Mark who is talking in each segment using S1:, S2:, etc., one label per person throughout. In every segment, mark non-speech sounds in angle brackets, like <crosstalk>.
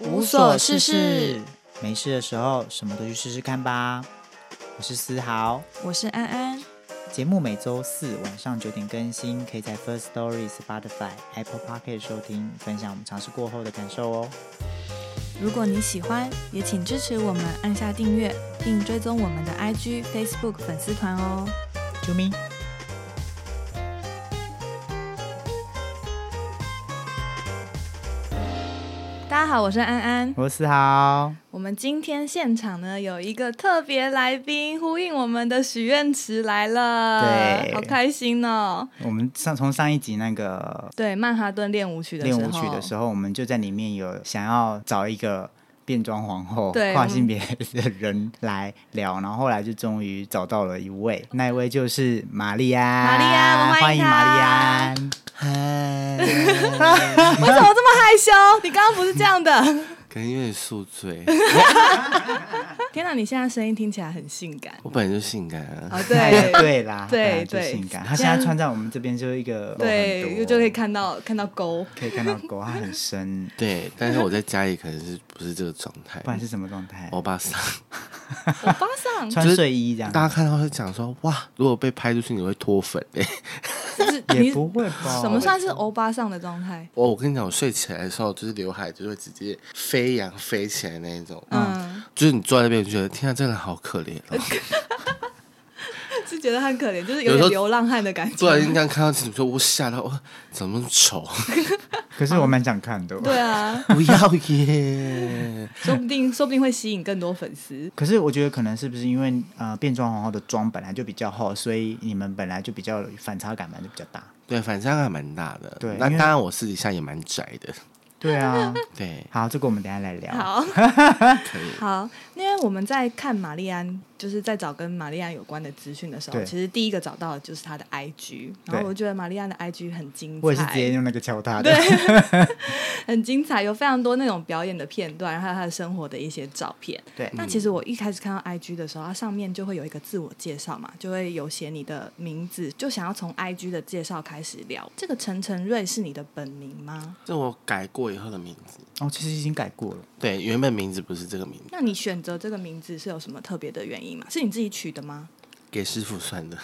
S1: 无所事事，
S2: 没事的时候什么都去试试看吧。我是思豪，
S1: 我是安安，
S2: 节目每周四晚上九点更新，可以在 First Story、Spotify、Apple Pocket 收听，分享我们尝试过后的感受哦。
S1: 如果你喜欢，也请支持我们按下订阅，并追踪我们的 IG、Facebook 粉丝团哦。
S2: 啾咪。
S1: 大家好，我是安安。
S2: 我是思豪，
S1: 我们今天现场呢有一个特别来宾，呼应我们的许愿池来了，
S2: 对
S1: 好开心哦。
S2: 我们上从上一集那个
S1: 对，曼哈顿练舞曲的时
S2: 练
S1: 候，
S2: 舞曲的时候，我们就在里面有想要找一个变装皇后、
S1: 对嗯
S2: 跨
S1: 我们
S2: 性别的人来聊，然后后来就终于找到了一位，那一位就是玛丽安，
S1: 玛丽安我们
S2: 欢
S1: 欢
S2: 迎
S1: 迎
S2: 玛丽
S1: 她
S2: 安。
S1: 候，为什么这么害羞？你刚刚不是这样的。 <laughs>
S3: 可能有点宿醉，
S1: 天哪，你现在声音听起来很性感
S3: 我本来就性感啊。
S1: 哦，
S2: 哎
S1: <laughs> 对
S2: <laughs> 对啦，
S1: 对
S2: 本来就
S1: 对
S2: 性感。她现在穿在我们这边就是一个露很
S1: 对，
S2: 多
S1: 就可以 <laughs> 看到看到沟。
S2: 可以看到狗，它很深，
S3: 对，但是我在家里可能是不是这个状态
S2: 不？然是什么状态？
S1: 哦
S3: 欧巴桑，
S1: 我发上
S2: 穿睡衣这样，
S3: 大家看到会讲说哇，如果被拍出去你会脱粉 <laughs> 哎、欸。
S1: 就是
S2: 也
S1: 你
S2: 不会吧？
S1: 什么算是欧巴上的状态？
S3: 我我跟你讲，我睡起来的时候就是刘海就会直接飞扬飞起来那一种，
S1: 嗯，
S3: 就是你坐在那边就觉得天啊，这个人好可怜哦。
S1: <laughs> 是觉得很可怜，就是有
S3: 有时
S1: 点
S3: 候
S1: 流浪汉的感
S3: 不然
S1: 觉。
S3: 这样看到镜子说，我吓到，哇，怎么那么丑？
S2: 可是我蛮想看的。
S1: 对啊，
S3: 不要耶！
S1: 说不定说不定会吸引更多粉
S2: <laughs>
S1: 丝。
S2: 可是我觉得可能是不是因为呃变装皇后的妆本来就比较厚，所以你们本来就比较有反差感嘛，就比较大。
S3: <laughs> 对，反差还蛮大的。
S2: 对
S3: 那
S2: 因为
S3: 当然我私底下也蛮宅的。
S2: 对啊，
S3: 对，
S2: 好，这个我们等一下来聊。 <laughs>
S1: 好，
S3: 可以。
S1: 好，因为我们在看玛丽安，就是在找跟玛丽安有关的资讯的时候，
S2: 对
S1: 其实第一个找到的就是她的 IG，然
S2: 对
S1: 后我觉得玛丽安的 IG 很精
S2: 我也是直接
S1: 彩，
S2: 用那个敲他的
S1: 对，很精彩，有非常多那种表演的片段，然后还有她的生活的一些照片。
S2: 对
S1: 那其实我一开始看到 IG 的时候，它上面就会有一个自我介绍嘛，就会有写你的名字，就想要从 IG 的介绍开始聊。这个陈晨瑞是你的本名吗？
S3: 这我改过以后的名字。
S2: <laughs> 哦，其实已经改过了。
S3: 对，原本名字不是这个名字，
S1: 那你选择这个名字是有什么特别的原因吗？是你自己取的吗？
S3: 给师傅算的。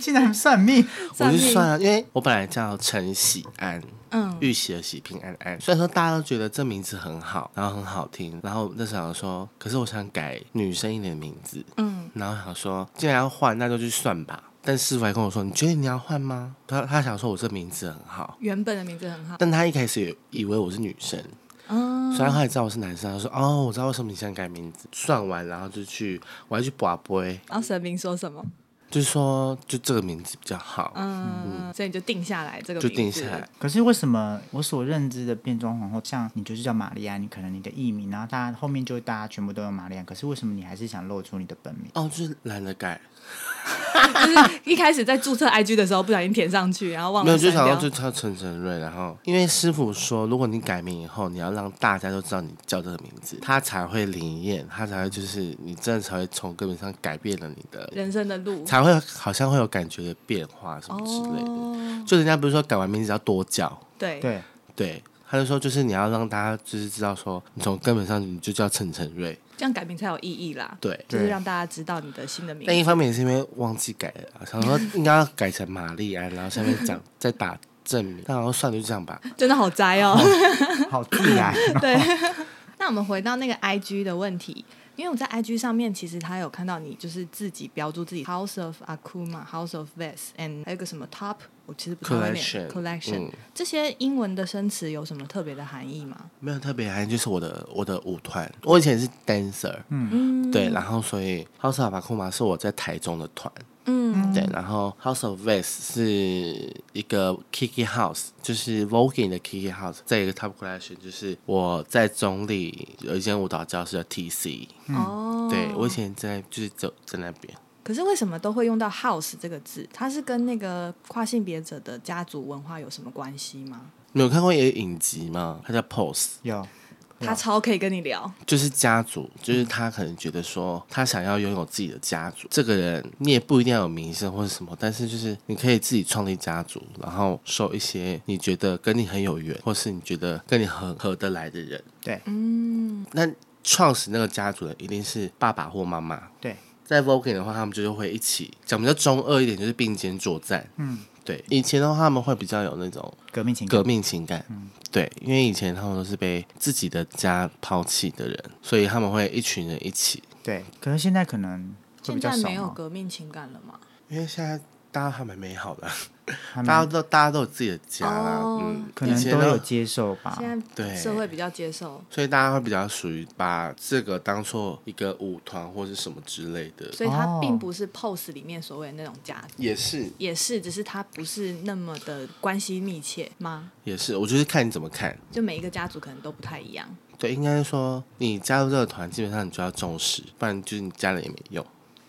S2: 竟然算命，
S3: 我
S1: 上
S3: 是
S1: 面
S3: 算了，因为我本来叫陈喜安，
S1: 嗯，
S3: 玉玺的喜，平安安。虽然说大家都觉得这名字很好，然后很好听，然后那时候想说，可是我想改女生一点的名字，
S1: 嗯，
S3: 然后想说，既然要换，那就去算吧。但师傅还跟我说，你觉得你要换吗？他他想说我这名字很好，
S1: 原本的名字很好，
S3: 但他一开始也以为我是女生，
S1: 嗯，
S3: 虽然后来知道我是男生，他说哦，我知道为什么你想改名字。算完，然后就去，我还去拔杯，
S1: 然后神明说什么？
S3: 就说就这个名字比较好，
S1: 嗯，所以你就定下来这个
S3: 就
S1: 名字
S3: 定下来。。
S2: 可是为什么我所认知的变装皇后，像你就是叫玛丽安，你可能你的艺名，然后大家后面就大家全部都有玛丽安，可是为什么你还是想露出你的本名？
S3: 哦，就是懒得改，
S1: 就是一开始在注册 IG 的时候不小心填上去，然后忘
S3: 没
S1: 了
S3: 有就
S1: 删
S3: 想
S1: 掉
S3: 要。就叫陈晨瑞，然后因为师傅说，如果你改名以后，你要让大家都知道你叫这个名字，他才会灵验，他才会就是你真的才会从根本上改变了你的，
S1: 人生的路
S3: 才会好像会有感觉的变化什么之类的。
S1: 哦，
S3: 就人家不是说改完名字要多叫，
S1: 对，
S2: 对，
S3: 对，他就说就是你要让大家就是知道说，你从根本上你就叫陈晨瑞，
S1: 这样改名才有意义啦。
S3: 对。
S1: 就是
S2: 对
S1: 让大家知道你的新的名
S3: 但一
S1: 字。
S3: 方面也是因为忘记改了啊，想
S1: <laughs>
S3: 说应该要改成玛丽安，然后下面讲再打证明，那然后算了就这样吧。
S1: 真的好宅哦。
S2: <laughs>
S1: <laughs>
S2: 好自然。 <laughs>
S1: 对，那我们回到那个 IG 的问题，因为我在 IG 上面其实他有看到你就是自己标注自己 House of Akuma、House of Vest，and 还有个什么 Top，我其实不太会念
S3: Collection，
S1: collection、
S3: 嗯
S1: 这些英文的生词有什么特别的含义吗？
S3: 没有特别含义，就是我的我的舞团，我以前是 dancer，嗯，对，然后所以 House of a k u m a 是我在台中的团，
S1: 嗯，
S3: 对，然后 House of Vest 是一个 Kiki House，就是 Voguing 的 Kiki House，再一个 Top Collection 就是我在中立有一间舞蹈教室叫 TC，
S1: 哦，
S3: 对我以前在就是走在那边，
S1: 可是为什么都会用到 house 这个字？它是跟那个跨性别者的家族文化有什么关系吗？
S3: 你有看过一个影集吗？它叫 Pose，
S2: 有
S1: 他超可以跟你聊。
S3: 就是家族，就是他可能觉得说他想要拥有自己的家族。这个人你也不一定要有名声或者什么，但是就是你可以自己创立家族，然后受一些你觉得跟你很有缘，或是你觉得跟你很合得来的人。嗯
S2: 对
S3: 那创始那个家族的一定是爸爸或妈妈。
S2: 对，
S3: 在 Vogue 的话，他们就是会一起讲比较中二一点，就是并肩作战。嗯，对。以前的话，他们会比较有那种
S2: 革命情感
S3: 革命情感。对，因为以前他们都是被自己的家抛弃的人，所以他们会一群人一起。
S2: 对，可是现在可能会
S1: 现
S2: 比较
S1: 在
S2: 少
S1: 没有
S2: 哦，
S1: 革命情感了嘛？
S3: 因为现在大家还蛮美好的，
S2: 还
S3: 大家
S2: 蛮
S3: 都大家都有自己的家啦。
S1: 哦
S3: 嗯，
S2: 可
S3: 以
S2: 能
S3: 前
S2: 都
S3: 呢
S2: 有接受吧。
S1: 现在
S3: 对
S1: 社会比较接受，
S3: 所以大家会比较属于把这个当做一个舞团或是什么之类的，
S1: 所以它
S2: 哦
S1: 并不是 POS 里面所谓的那种家族，
S3: 也是
S1: 也是，只是它不是那么的关系密切吗？
S3: 也是，我就是看你怎么看。
S1: 就每一个家族可能都不太一样。
S3: 对，应该说你加入这个团，基本上你就要重视，不然就是你加了也没用。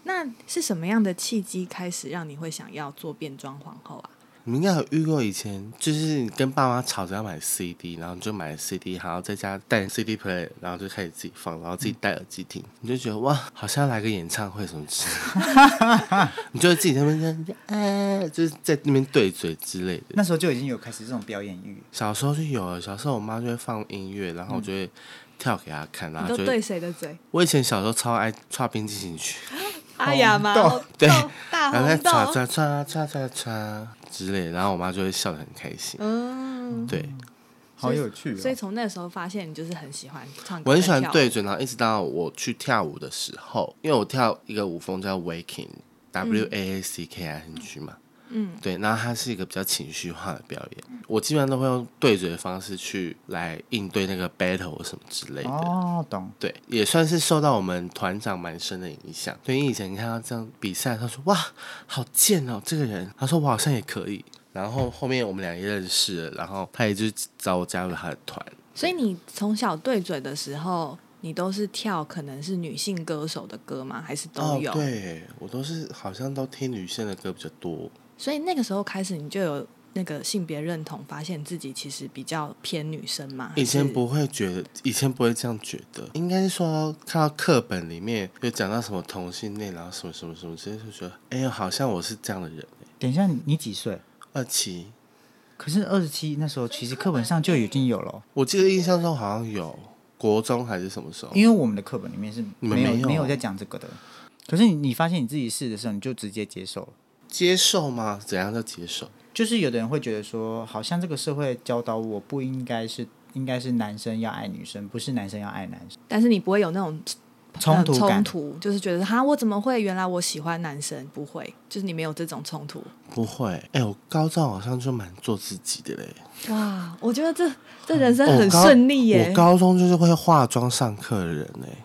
S1: 那是什么样的契机开始让你会想要做变装皇后啊？
S3: 你们应该有遇过以前，就是你跟爸妈吵着要买 CD，然后你就买了 CD，然后在家带 CD play，然后就开始自己放，然后自己戴耳机听，你就觉得哇，好像要来个演唱会什么之类的，你就会自己在那边这样，哎，就是在那边对嘴之类的。
S2: 那时候就已经有开始这种表演欲，
S3: 小时候就有了，小时候我妈就会放音乐，然后我就会跳给她看，然
S1: 你
S3: 后
S1: 都
S3: 啊就
S1: 对
S3: 会
S1: 谁的嘴？
S3: 我以前小时候超爱唱冰激凌曲。
S1: 阿雅吗？
S2: 豆
S1: 红豆
S3: 对 <laughs>
S1: 大
S3: 然后在
S1: 红
S3: 刷
S1: 豆。
S3: 刷刷刷刷刷之类的，然后我妈就会笑得很开心。
S1: 嗯，
S3: 对，
S2: 好有趣
S1: 所以
S2: 哦。
S1: 从那时候发现，你就是很喜欢唱歌，
S3: 我很喜欢
S1: 跳舞
S3: 对准，然后一直到我去跳舞的时候，因为我跳一个舞风叫 Waking W A A C K I N G 嘛，
S1: 嗯，
S3: 对，然后它是一个比较情绪化的表演，我基本上都会用对嘴的方式去来应对那个 battle 什么之类的。
S2: 哦，懂。
S3: 对，也算是受到我们团长蛮深的影响。所以以前看到这样比赛，他说哇，好贱哦，这个人。他说我好像也可以。然后后面我们俩也认识了，然后他也就找我加入他的团。
S1: 所以你从小对嘴的时候，你都是跳可能是女性歌手的歌吗？还是都有？
S3: 哦、对我都是好像都听女生的歌比较多。
S1: 所以那个时候开始，你就有那个性别认同，发现自己其实比较偏女生嘛？
S3: 以前
S1: 还是
S3: 不会觉得，以前不会这样觉得，应该是说看到课本里面有讲到什么同性恋，然后什么什么什么，直接就觉得，哎呦，好像我是这样的人、呃
S2: 等一下，你你几岁？
S3: 二期，
S2: 可是二十七那时候其实课本上就已经有了哦，
S3: 我记得印象中好像有国中还是什么时候，
S1: 嗯
S2: 因为我们的课本里面是
S3: 你们
S2: 没有啊
S3: 没有
S2: 没有在讲这个的。可是你你发现你自己试的时候，你就直接接受了。
S3: 接受吗？怎样叫接受？
S2: 就是有的人会觉得说，好像这个社会教导我不应该是应该是男生要爱女生，不是男生要爱男生，
S1: 但是你不会有那种
S2: 冲突
S1: 呃冲
S2: 感。
S1: 突，就是觉得哈，我怎么会？原来我喜欢男生，不会，就是你没有这种冲突。
S3: 不会，哎、我高中好像就蛮做自己的嘞。
S1: 哇，我觉得这这人生
S3: 哦
S1: 很
S3: 我高
S1: 顺利耶
S3: 我。高中就是会化妆上课的人嘞，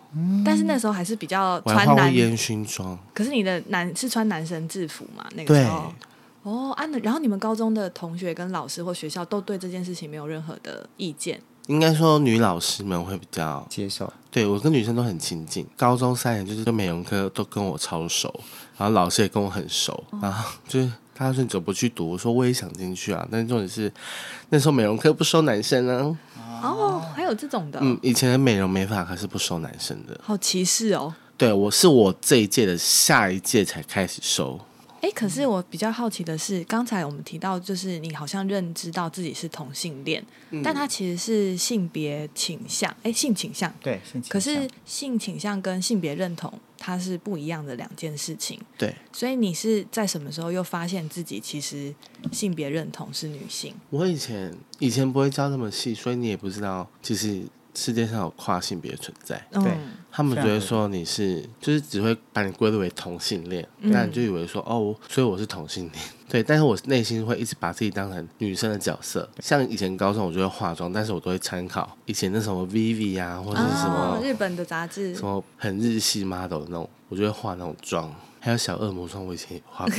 S1: 但是那时候还是比较
S3: 我还
S1: 穿
S3: 化过
S1: 男，
S3: 烟熏妆。
S1: 可是你的男是穿男生制服嘛？那个
S3: 对
S1: 时候。哦，啊，那然后你们高中的同学跟老师或学校都对这件事情没有任何的意见，
S3: 应该说女老师们会比较，
S2: 接受，
S3: 对我跟女生都很亲近。高中三年就是美容科都跟我超熟，然后老师也跟我很熟，然后就是。他说：“你怎么不去读？”我说：“我也想进去啊，但是重点是那时候美容科不收男生啊。
S1: 哦，还有这种的，
S3: 嗯，以前的美容美发科是不收男生的。
S1: 好歧视哦。
S3: 对，我是我这一届的下一届才开始收。
S1: 哎，可是我比较好奇的是，刚才我们提到，就是你好像认知到自己是同性恋，
S3: 嗯
S1: 但他其实是性别倾向，哎，性倾向。
S2: 对，性倾
S1: 可
S2: 向
S1: 是性倾向跟性别认同它是不一样的两件事情，
S3: 对
S1: 所以你是在什么时候又发现自己其实性别认同是女性？
S3: 我以前以前不会教这么细，所以你也不知道，其实世界上有跨性别存在。
S2: 对
S1: 嗯，
S3: 他们
S2: 非
S3: 只
S2: 常
S3: 会说你是，就是只会把你归类为同性恋，那你就以为说哦，我所以我是同性恋。 <laughs> 对，但是我内心会一直把自己当成女生的角色。像以前高中我就会化妆，但是我都会参考以前那什么 Vivi 啊，或者是什么、
S1: 啊，日本的杂志
S3: 什么很日系 model 的那种，我就会画那种妆，还有小恶魔妆，我以前也画过，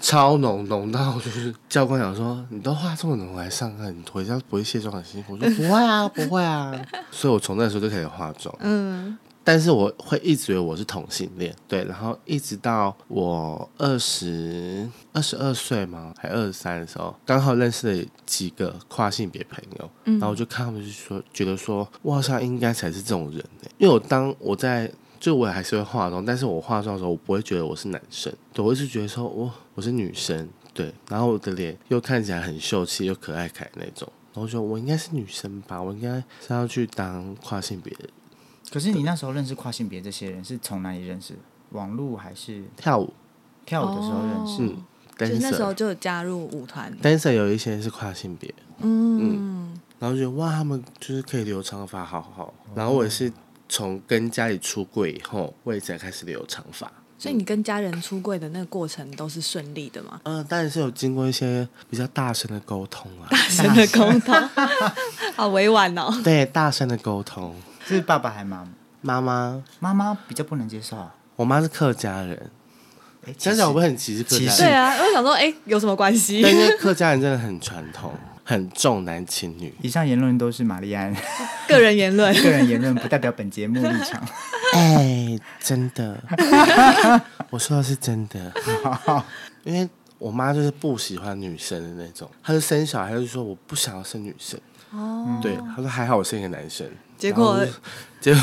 S3: 超浓浓到就是教官讲说，你都画这么浓来上课，你回家不会卸妆很辛苦。我说不会啊，不会啊，所以我从那时候就开始化妆。
S1: 嗯，
S3: 但是我会一直以为我是同性恋，对，然后一直到我二十二十二岁嘛，还二十三的时候，刚好认识了几个跨性别朋友，然后我就看他们就说，觉得说我好像应该才是这种人、欸、因为我当我在。就我还是会化妆，但是我化妆的时候，我不会觉得我是男生，对我一直觉得说我我是女生，对，然后我的脸又看起来很秀气又可爱可爱那种，然后就我应该是女生吧，我应该是要去当跨性别人
S2: <laughs> 可是你那时候认识跨性别这些人是从哪里认识的？网络还是
S3: 跳舞
S2: 跳舞的时候认识？
S1: 哦
S3: 嗯
S1: 就那时候
S3: ，dancer
S1: 就有加入舞团，
S3: dancer 有一些是跨性别，
S1: 嗯，
S3: 然后就觉得哇，他们就是可以留长发，好好。然后我也是
S1: 哦
S3: 从跟家里出柜以后，我也才开始留长发。
S1: 所以你跟家人出柜的那个过程都是顺利的
S3: <laughs>
S1: 嘛？
S3: 嗯、当然是有经过一些比较大声的沟通啊，
S1: 真的公道， <laughs> 好委婉哦。
S3: 对，大声的沟通。
S2: 是爸爸还妈妈？
S3: 妈妈，
S2: 妈妈比较不能接受啊。
S3: 我妈是客家人，
S2: 哎，其
S3: 想
S2: 实
S3: 想我会很歧视客
S2: 歧
S3: 家
S2: 视
S1: 对
S3: 人，
S1: 啊，我想说，哎、有什么关系
S3: 但？因为客家人真的很传统，很重男轻女。
S2: 以上言论都是玛丽安
S1: 个人言论，
S2: 个人言论，不代表本节目立场。
S3: <laughs> 哎，真的，我说的是真的，因为我妈就是不喜欢女生的那种，她就生小孩她就说我不想要生女生，
S1: 哦，
S3: 对，她说还好我生一个男生，
S1: 结果
S3: 然后结果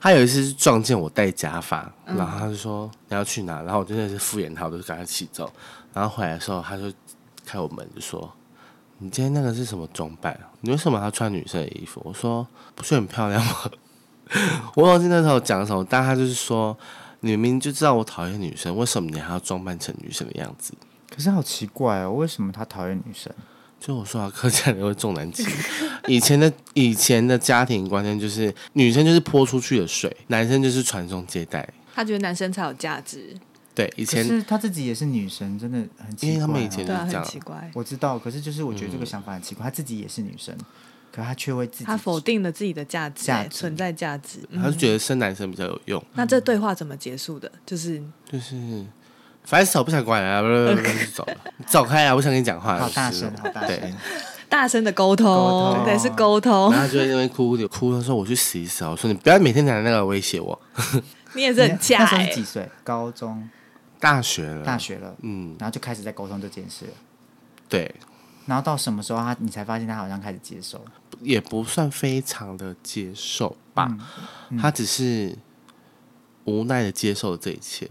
S3: 她有一次是撞见我戴假发，然后她就说你要去哪，然后我真的是敷衍她，我就赶她骑走，然后回来的时候她就开我门就说。你今天那个是什么装扮啊？你为什么要穿女生的衣服？我说不是很漂亮吗？ <laughs> 我忘记那时候讲什么，但她就是说，你明明就知道我讨厌女生，为什么你还要装扮成女生的样子？
S2: 可是好奇怪哦，为什么他讨厌女生？
S3: 就我说啊，客家人会重男轻女。 <laughs> 以前的以前的家庭观念就是，女生就是泼出去的水，男生就是传宗接代。
S1: 他觉得男生才有价值，
S3: 对，以
S2: 可
S3: 前
S2: 是他自己也是女生，真的很奇怪、哦。
S3: 因为他们以前
S1: 对啊，
S3: 嗯
S1: 很
S3: 这样
S1: 奇怪。
S2: 我知道，可是就是我觉得这个想法很奇怪，他自己也是女生，可他却为自己
S1: 他否定了自己的价值、
S2: 价
S1: 哎
S2: 值
S1: 存在价值。嗯
S3: 他就觉得生男生比较有用，
S1: 那这对话怎么结束的？就是
S3: 就是反正走不想管了、啊，不
S2: <laughs>
S3: 不不不就走了，走开啊！不想跟你讲话了，
S2: 好大
S3: 就是
S2: 声，啊好大
S3: 对
S2: 声，，
S1: 大声的沟通
S2: 沟，通
S1: <laughs> 对，是沟通
S3: 然。后他就在那边哭哭，他说我去死一死啊！我说你不要每天拿那个威胁我。
S1: 你也是很
S2: 那
S1: 恰
S2: 时候
S1: 哎、
S2: 是几岁？高中、
S3: 大学了，
S2: 大，学了，
S3: 嗯，
S2: 然后就开始在沟通这件事了。
S3: 对，
S2: 然后到什么时候他你才发现他好像开始接受？
S3: 也不算非常的接受吧，
S2: 嗯
S3: 他只是无奈的接受了这一切，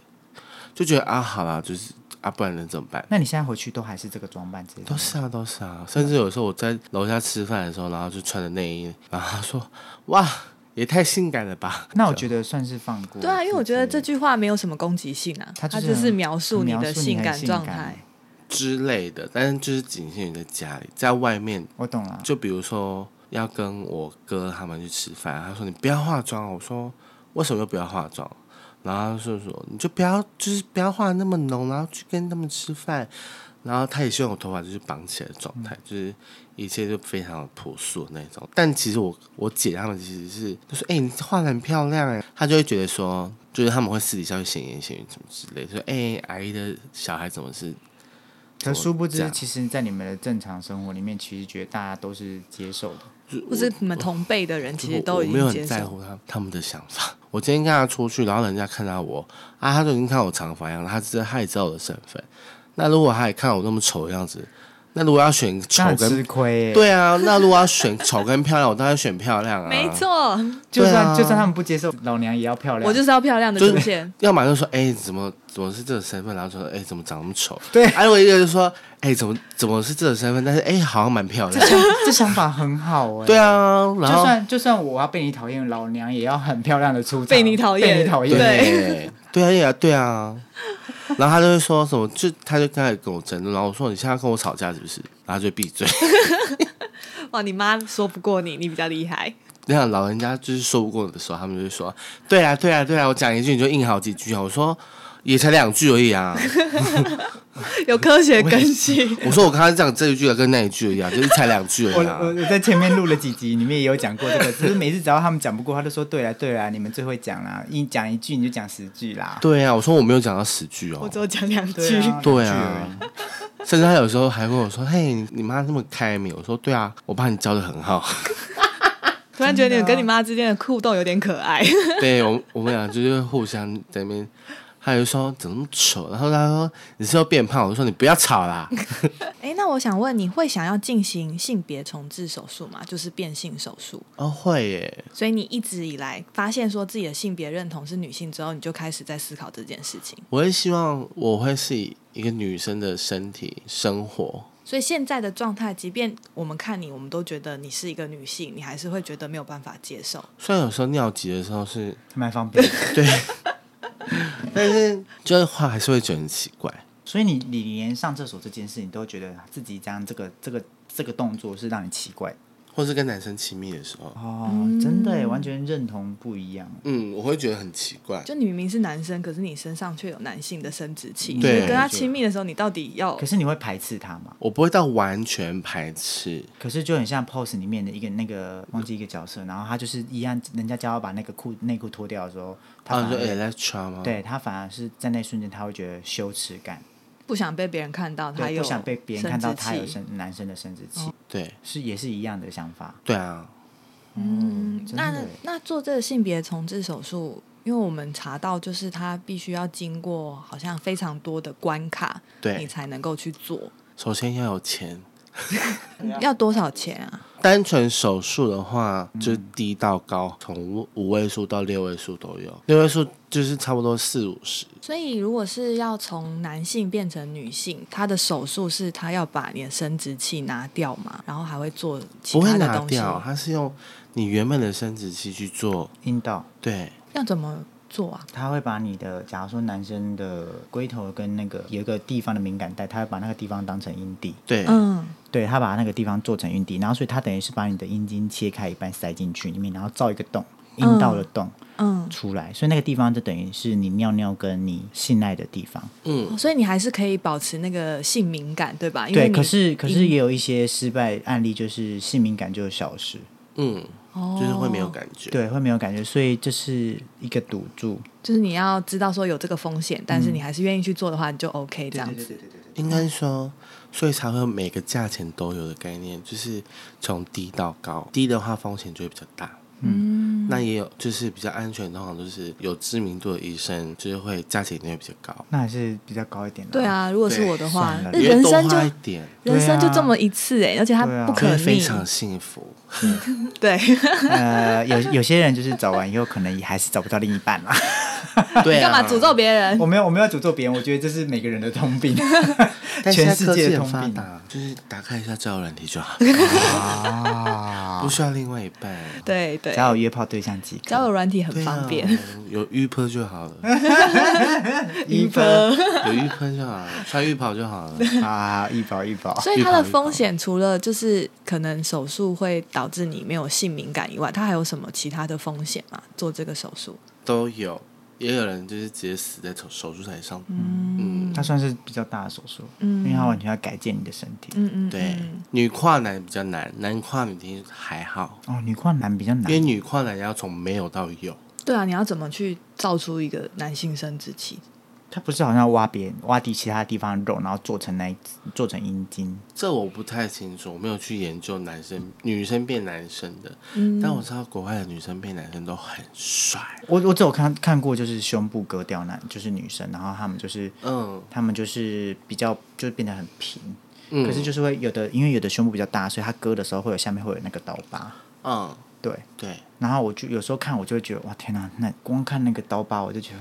S3: 就觉得啊，好啦，就是啊，不然能怎么办？
S2: 那你现在回去都还是这个装扮之类的
S3: 都
S2: 吗？
S3: 是啊，都是啊，甚至有时候我在楼下吃饭的时候，然后就穿着内衣，然后他说：“哇，也太性感了吧！”
S2: 那我觉得算是放过。
S1: 对啊，因为我觉得这句话没有什么攻击性啊，
S2: 他就
S1: 它
S2: 是
S1: 只是
S2: 很
S1: 描述你
S2: 描
S1: 的
S2: 述你
S1: 性
S2: 很
S1: 感
S2: 性
S1: 状
S2: 感
S1: 态。
S3: 之类的，但是就是仅限于在家里，在外面，
S2: 我懂了。
S3: 就比如说要跟我哥他们去吃饭，他说：“你不要化妆哦。”我说：“为什么又不要化妆？”然后他就说：“你就不要，就是不要化那么浓，然后去跟他们吃饭。”然后他也希望我头发就是绑起来的状态，就是一切就非常朴素的那种。但其实我我姐他们其实是就说：“哎、你画的很漂亮哎。”她就会觉得说，就是他们会私底下去闲言闲语什么之类的，说：“哎、阿姨的小孩怎么是
S2: 可殊不
S3: 这
S2: 知，
S3: 样
S2: 其实，在你们的正常生活里面，其实觉得大家都是接受的。
S1: 或是你们同辈的人其实
S3: 我
S1: 都
S3: 我
S1: 已
S3: 没有
S1: 经
S3: 很
S1: 接
S3: 在
S1: 受，
S3: 乎他他们的想法。我今天跟他出去，然后人家看到我啊，他都已经看我长发样了，他知道他也知道我的身份。那如果他也看我那么丑的样子，那如果要选丑
S2: 那很吃
S3: 跟
S2: 亏、欸。，
S3: 对啊，那如果要选丑跟漂亮，我当然选漂亮啊。
S1: 没，错，
S2: 就算、
S3: 对啊
S2: 就算他们不接受，老娘也要漂亮。
S1: 我就是要漂亮的
S3: 就是
S1: 出现。
S3: 要么就说哎、怎么怎么是这个身份，然后说哎、怎么长那么丑？
S2: 对
S3: 还有一个就说哎、怎么怎么是这个身份，但是哎、好像蛮漂亮。
S2: 这想法很好哎、
S3: 对，啊，然
S2: 就
S3: 后
S2: 算就算我要被你讨厌，老娘也要很漂亮的出场。
S1: 被你讨厌
S2: 被你讨厌。
S3: 哎对，对啊，对啊，对啊。然后他就会说什么，就他就开始跟我争论，然后我说你现在跟我吵架是不是？然后他就闭嘴。 <laughs>
S1: 哇，你妈说不过你，你比较厉害。
S3: 那样老人家就是说不过我的时候，他们就会说，对啊，对啊，对啊，我讲一句你就硬好几句啊。我说也才两句而已啊。 <laughs>
S1: 有科学根据。 <laughs>
S3: 我说我刚刚讲这一句跟那一句而已啊，就是才两句
S2: 我
S3: 而已啊
S2: <laughs> 我。我在前面录了几集，里面也有讲过这个，
S3: <laughs>
S2: 只是每次只要他们讲不过，他就说对啦啊对啦，你们最会讲啦，一讲一句你就讲十句啦。
S3: 对啊，我说我没有讲到十句哦
S1: 我。只有讲两句，
S2: 对啊，
S3: 对
S2: 两
S3: 啊
S2: 句而已，
S3: <laughs> 甚至他有时候还问我说：“嘿，你你妈那么开明？”我说：“对啊，我把你教的很好。”
S1: 突然觉得你跟你妈之间的互动有点可爱。
S3: <laughs> 对我我们俩就是互相在那边，他就说怎么那么丑，然后他说你是要变胖，我就说你不要吵
S2: <laughs>
S3: 啦。
S1: 哎、那我想问，你会想要进行性别重置手术吗？就是变性手术。
S3: 哦，会耶，
S1: 所以你一直以来发现说自己的性别认同是女性之后，你就开始在思考这件事情。
S3: 我会希望我会是以一个女生的身体生活，
S1: 所以现在的状态，即便我们看你，我们都觉得你是一个女性，你还是会觉得没有办法接受。
S3: 虽然有时候尿急的时候是
S2: 蛮方
S1: <laughs>
S2: 便的。
S3: 对，但是就是话还是会觉得很奇怪。
S2: 所以你你连上厕所这件事，你都觉得自己这样这个这个这个动作是让你奇怪的
S3: 或是跟男生亲密的时候，
S2: 哦，
S1: 嗯
S2: 真的耶完全认同不一样。
S3: 嗯，我会觉得很奇怪。
S1: 就你明明是男生，可是你身上却有男性的生殖器，
S3: 对
S1: 你跟他亲密的时候，你到底要
S2: 可是你会排斥它吗？
S3: 我不会到完全排斥，
S2: 可是就很像 pose 里面的一个那个忘记一个角色，然后他就是一样，人家叫他把那个裤内裤脱掉的时候，他
S1: 哦
S3: 啊，
S2: 反
S3: 你说
S2: 而、
S1: 哎
S3: Electra 吗？，
S2: 对他反而是在那瞬间他会觉得羞耻感，
S1: 不想被别人看到哦他
S2: 对，
S1: 有
S2: 不想被别人看到他有
S1: 生殖器哦
S2: 生男生的生殖器，
S3: 对，
S2: 是也是一样的想法。
S3: 对啊，
S1: 嗯，
S2: 真
S1: 那
S2: 的耶
S1: 那做这个性别重置手术，因为我们查到，就是它必须要经过好像非常多的关卡，
S3: 对
S1: 你才能够去做。
S3: 首先要有钱。
S1: 要多少钱啊？
S3: 单纯手术的话，
S1: 嗯
S3: 就低到高，从五五位数到六位数都有，六位数就是差不多四五十。
S1: 所以如果是要从男性变成女性，他的手术是他要把你的生殖器拿掉嘛，然后还会做其
S3: 不会
S1: 他的
S3: 拿
S1: 东西，
S3: 掉，啊它是用你原本的生殖器去做。
S2: 阴道，
S3: 对，
S1: 要怎么做啊？
S2: 他会把你的，假如说男生的龟头跟那个有一个地方的敏感带，他会把那个地方当成阴蒂，
S3: 对，啊
S1: 嗯，
S2: 对他把那个地方做成阴蒂，然后所以他等于是把你的阴茎切开一半塞进去里面，然后造一个洞，阴道的洞
S1: 嗯，
S2: 出来，所以那个地方就等于是你尿尿跟你性爱的地方。
S3: 嗯，
S1: 哦所以你还是可以保持那个性敏感，对吧？因为
S2: 对，
S1: 你
S2: 可是可是也有一些失败案例，就是性敏感就消失，
S3: 嗯，
S1: 哦
S3: 就是会没有感觉。，
S2: 对，会没有感觉，所以这是一个赌注。
S1: 就是你要知道说有这个风险，但
S3: 嗯
S1: 是你还是愿意去做的话，你就 OK 这样子。
S2: 对对
S3: 应该说，所以才会有每个价钱都有的概念，就是从低到高。低的话风险就会比较大。嗯，那也有，就是比较安全，通常都是有知名度的医生，就是会价钱一定会比较高，
S2: 那还是比较高一点的。
S1: 对，啊，如果是我的话
S2: 对算，了
S1: 那
S3: 也
S1: 人
S3: 多
S1: 生就
S3: 花一点，
S2: 对啊
S1: 人生就这么一次哎、而且它
S2: 对啊
S1: 不
S3: 可
S1: 可
S3: 以非
S1: 逆。
S3: 常幸福。
S1: 对，
S2: 呃，有有些人就是找完以后，可能也还是找不到另一半啦。
S1: <laughs>
S3: 对、
S1: <laughs> 干
S3: 啊，
S1: 嘛诅咒？别人
S2: <laughs> 我？没有，我没有诅咒别人，我觉得这是每个人的通病，
S3: <laughs> 但现
S2: 全
S3: 在
S2: 世
S3: 科
S2: 界
S3: 技
S2: 的
S3: 很
S2: 通
S3: 发
S2: 病。啊
S3: 达，就是打开一下交友软体就好，
S2: 啊
S3: <laughs> 不需要另外一半。
S1: 对对
S2: 只，要有约炮对象即可。
S1: 交友软体
S3: 对
S1: 很
S3: 啊
S1: 方便。，
S3: <laughs> 有浴袍就好了，
S2: 一
S1: 一
S2: 分
S3: 有浴袍就好了，穿浴袍就好
S2: <laughs>
S3: 了。
S2: 啊，一包一包。
S1: <laughs> 所以它的风险除了就是可能手术会导致你没有性敏感以外，它还有什么其他的风险吗？做这个手术？
S3: 都有，也有人就是直接死在手手术台上。嗯，
S2: 它算是比较大的手术，
S1: 嗯
S2: 因为它完全要改建你的身体。
S1: 嗯嗯，
S3: 对
S1: 嗯，
S3: 女跨男比较难，男跨女听还好，
S2: 哦，女跨男比较
S3: 因
S2: 难
S3: 为，女跨男要从没有到有。
S1: 对啊，你要怎么去造出一个男性生殖器？
S2: 它不是好像要挖别人挖地其他地方的肉，然后做成那一做成阴茎。
S3: 这我不太清楚，我没有去研究男生、女生变男生的，
S1: 嗯
S3: 但我知道国外的女生变男生都很帅。
S2: 我我只有看看过，就是胸部割掉男，就是女生，然后他们就是
S3: 嗯
S2: 他们就是比较就是变得很平，
S3: 嗯，
S2: 可是就是会有的，因为有的胸部比较大，所以他割的时候会有下面会有那个刀疤，
S3: 嗯，
S2: 对。
S3: 对，
S2: 然后我就有时候看，我就会觉得哇天哪，那光看那个刀疤，我
S1: <laughs>
S2: 就觉得，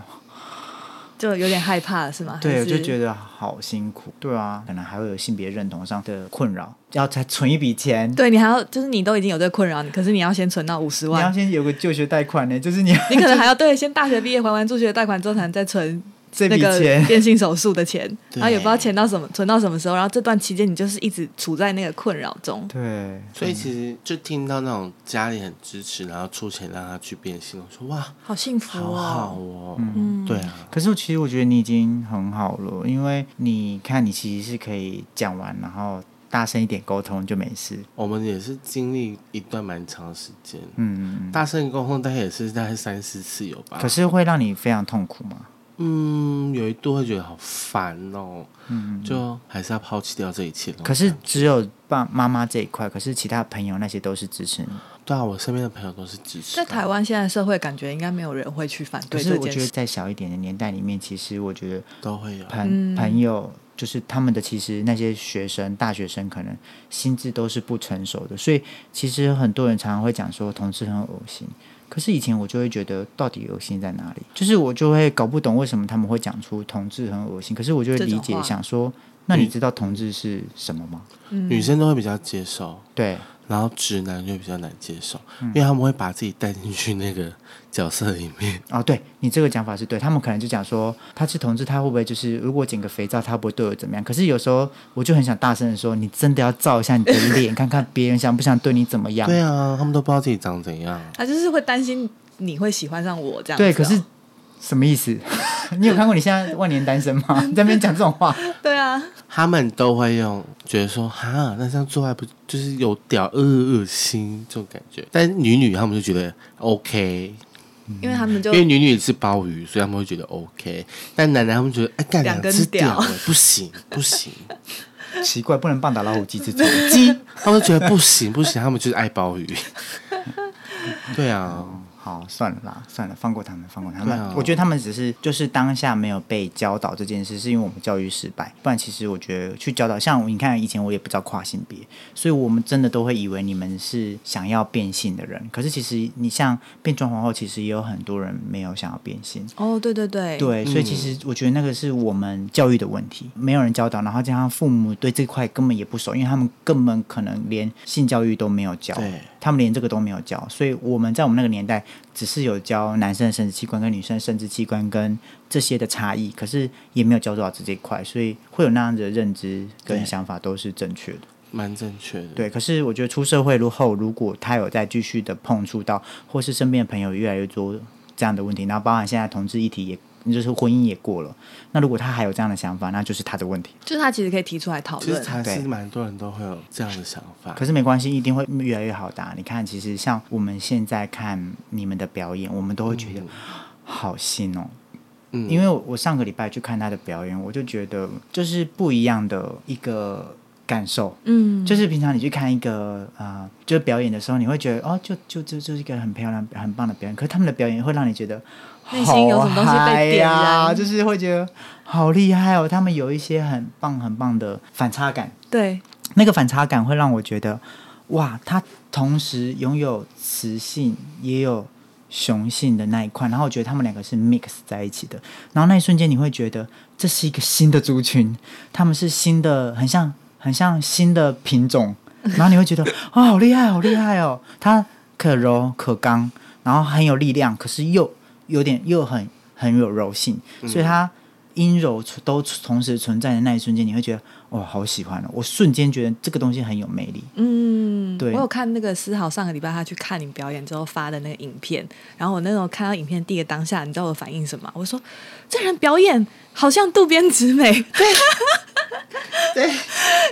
S1: 就有点害怕是吗？
S2: 对，
S1: 还
S2: 我
S1: 是
S2: 就觉得好辛苦。对啊，可能还会有性别认同上的困扰，要再存一笔钱，
S1: 对你还要就是你都已经有这个困扰，你可是你要先存到五十
S2: 你要
S1: 万，
S2: 先有个就学贷款呢，就是你要
S1: 你可能还要对先大学毕业还完助学贷款之后，才能再存
S2: 这
S1: 那
S2: 笔
S1: 个
S2: 钱。
S1: 变性手术的钱，
S3: 对
S1: 然后也不知道钱到什么存到什么时候，然后这段期间你就是一直处在那个困扰中。
S2: <laughs> 对，
S3: 所以其实就听到那种家里很支持，然后出钱让他去变性，我说哇，
S1: 好幸福
S3: 好好
S1: 哦！
S3: 哦，
S1: 嗯
S3: 对啊，
S2: 可是我其实我觉得你已经很好了，因为你看你其实是可以讲完，然后大声一点沟通就没事。
S3: 我们也是经历一段蛮长时间，
S2: 嗯，
S3: 大圣沟通大概也是大概三四次有吧
S2: 可，是会让你非常痛苦吗？
S3: 嗯，有一度会觉得好烦哦，嗯，就还是要抛弃掉这一切。
S2: 可是只有爸妈妈这一块，可是其他朋友那些都是支持你。
S3: 对啊，我身边的朋友都是支持。
S1: 在台湾现在社会，感觉应该没有人会去反
S2: 可
S1: 对
S2: 是
S1: 这
S2: 我
S1: 件
S2: 觉得
S1: 事。嗯
S2: 在小一点的年代里面，其实我觉得
S3: 都会有，
S2: 朋朋友就是他们的，其实那些学生、大学生可能心智都是不成熟的，所以其实很多人常常会讲说同志很恶心。可是以前我就会觉得，到底恶心在哪里？就是我就会搞不懂为什么他们会讲出同志很恶心。可是我就会
S1: 这种
S2: 理解
S1: 话，嗯
S2: 想说，那你知道同志是什么吗？
S3: 女生都会比较接受，
S2: 对，
S3: 然后直男就比较难接受，因为他们会把自己带进去那个角色里面。
S2: 哦，对你这个讲法是对，他们可能就讲说他是同志，他会不会就是如果剪个肥皂，他会不会对我怎么样？可是有时候我就很想大声的说，你真的要照一下你的 <laughs> 脸，看看别人想不想对你怎么样？
S3: 对啊，他们都不知道自己长怎样。
S1: 他就是会担心你会喜欢上我这样子哦、
S2: 对可是什么意思？ <laughs> 你有看过你现在万年单身吗？ <laughs> 你在那边讲这种话，
S1: 对啊，
S3: 他们都会用觉得说哈，那这样做爱不就是有点恶恶心这种感觉，但女女他们就觉得 OK，
S1: 因为他们就
S3: 因为女女是鲍鱼，所以他们会觉得 OK，但男男他们觉得哎，干
S1: 两根
S3: 只屌
S1: 屌
S3: 欸不行不行，
S2: 奇怪，不能棒打老虎 <laughs> 鸡这种。
S3: 鸡，他们觉得不行不行，他们就是爱鲍鱼。 <laughs> 对啊，
S2: 好，算了啦，算了，放过他们，放过他们。
S3: 对啊
S2: 我觉得他们只是就是当下没有被教导这件事，是因为我们教育失败。不然，其实我觉得去教导，像你看以前我也不知道跨性别，所以我们真的都会以为你们是想要变性的人。可是其实你像变装皇后，其实也有很多人没有想要变性。
S1: 哦，对对对，
S2: 对，所以
S3: 嗯
S2: 其实我觉得那个是我们教育的问题，没有人教导，然后加上父母对这块根本也不熟，因为他们根本可能连性教育都没有教
S3: 对，
S2: 他们连这个都没有教，所以我们在我们那个年代只是有教男生的生殖器官跟女生的生殖器官跟这些的差异，可是也没有教导这这一块，所以会有那样子的认知
S3: 对
S2: 跟想法都是正确的。
S3: 蛮正确的。
S2: 对，可是我觉得出社会如后，如果他有再继续的碰触到，或是身边的朋友越来越多这样的问题，然后包含现在同志议题也，就是婚姻也过了，那如果他还有这样的想法，那就是他的问题。
S1: 就是他其实可以提出来讨
S3: 其实
S1: 论。
S3: 还是
S2: 对
S3: 蛮多人都会有这样的想法。
S2: 可是没关系，一定会越来越好的啊、你看，其实像我们现在看你们的表演，我们都会觉得、好新哦。
S3: 嗯
S2: 因为我上个礼拜去看他的表演，我就觉得就是不一样的一个感受。
S1: 嗯，
S2: 就是平常你去看一个呃，就是表演的时候，你会觉得哦，就就就就是一个很漂亮、很棒的表演。可是他们的表演会让你觉得
S1: 内心有什么东西被
S2: 好嗨
S1: 点燃
S2: 呀就是会觉得好厉害哦。他们有一些很棒、很棒的反差感，
S1: 对，
S2: 那个反差感会让我觉得哇，他同时拥有雌性也有雄性的那一块，然后我觉得他们两个是 mix 在一起的，然后那一瞬间你会觉得这是一个新的族群，他们是新的，很像很像新的品种，然后你会觉得 <laughs> 哇、好厉害，好厉害哦！它可柔可刚，然后很有力量，可是又有点又很很有柔性，
S1: 嗯
S2: 所以它阴柔都同时存在的那一瞬间，你会觉得哇、好喜欢哦！我瞬间觉得这个东西很有魅力。
S1: 嗯，
S2: 对
S1: 我有看那个思豪上个礼拜他去看你表演之后发的那个影片，然后我那时候看到影片第一个当下，你知道我反应什么？我说这人表演好像渡边直美， <laughs> 对，
S2: 对，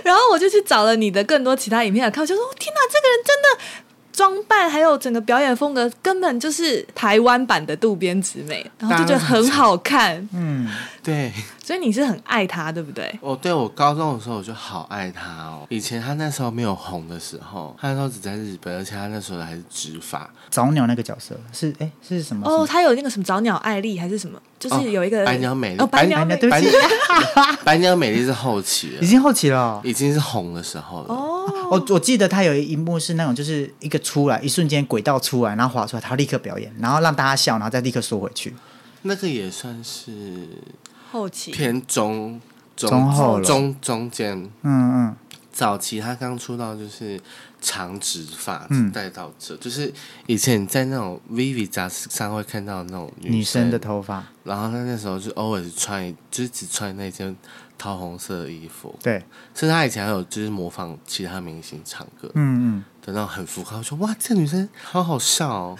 S1: 然后我就去找了你的更多其他影片来看，我就说哦天哪，这个人真的。装扮还有整个表演风格，根本就是台湾版的渡边直美，然后就觉得很好看，
S2: 嗯，
S3: 对，
S1: 所以你是很爱他，对不对？
S3: 我哦对我高中的时候我就好爱他哦。以前他那时候没有红的时候，他那时候只在日本，而且他那时候还是直发，
S2: 早鸟那个角色是哎是什么？
S1: 哦，他有那个什么早鸟爱丽还是什么，就是有一个、
S3: 哦白鸟美丽
S1: 哦，白鸟
S2: 哎
S1: 美
S2: 那
S1: 丽
S2: 对不起，
S3: 白鸟美丽是后期
S2: 已
S3: 了，
S2: 经后期了哦。
S3: 已经是红的时候了。
S1: 哦，
S2: 我我记得他有一幕是那种，就是一个出来，一瞬间轨道出来，然后滑出来，他立刻表演，然后让大家笑，然后再立刻缩回去。
S3: 那个也算是
S1: 后期
S3: 偏中中
S2: 中后了
S3: 中中间。
S2: 嗯
S3: 早期他刚出道就是长直发，
S2: 嗯
S3: 带到这，就是以前你在那种 Vivi 杂志上会看到那种
S2: 嗯，女生的头发，
S3: 然后他那时候就 always 穿，就是只穿那件桃红色的衣服，
S2: 对，
S3: 甚至他以前还有就是模仿其他明星唱歌的
S2: 嗯嗯，
S3: 那种很浮夸，我说哇，这女生好好笑哦。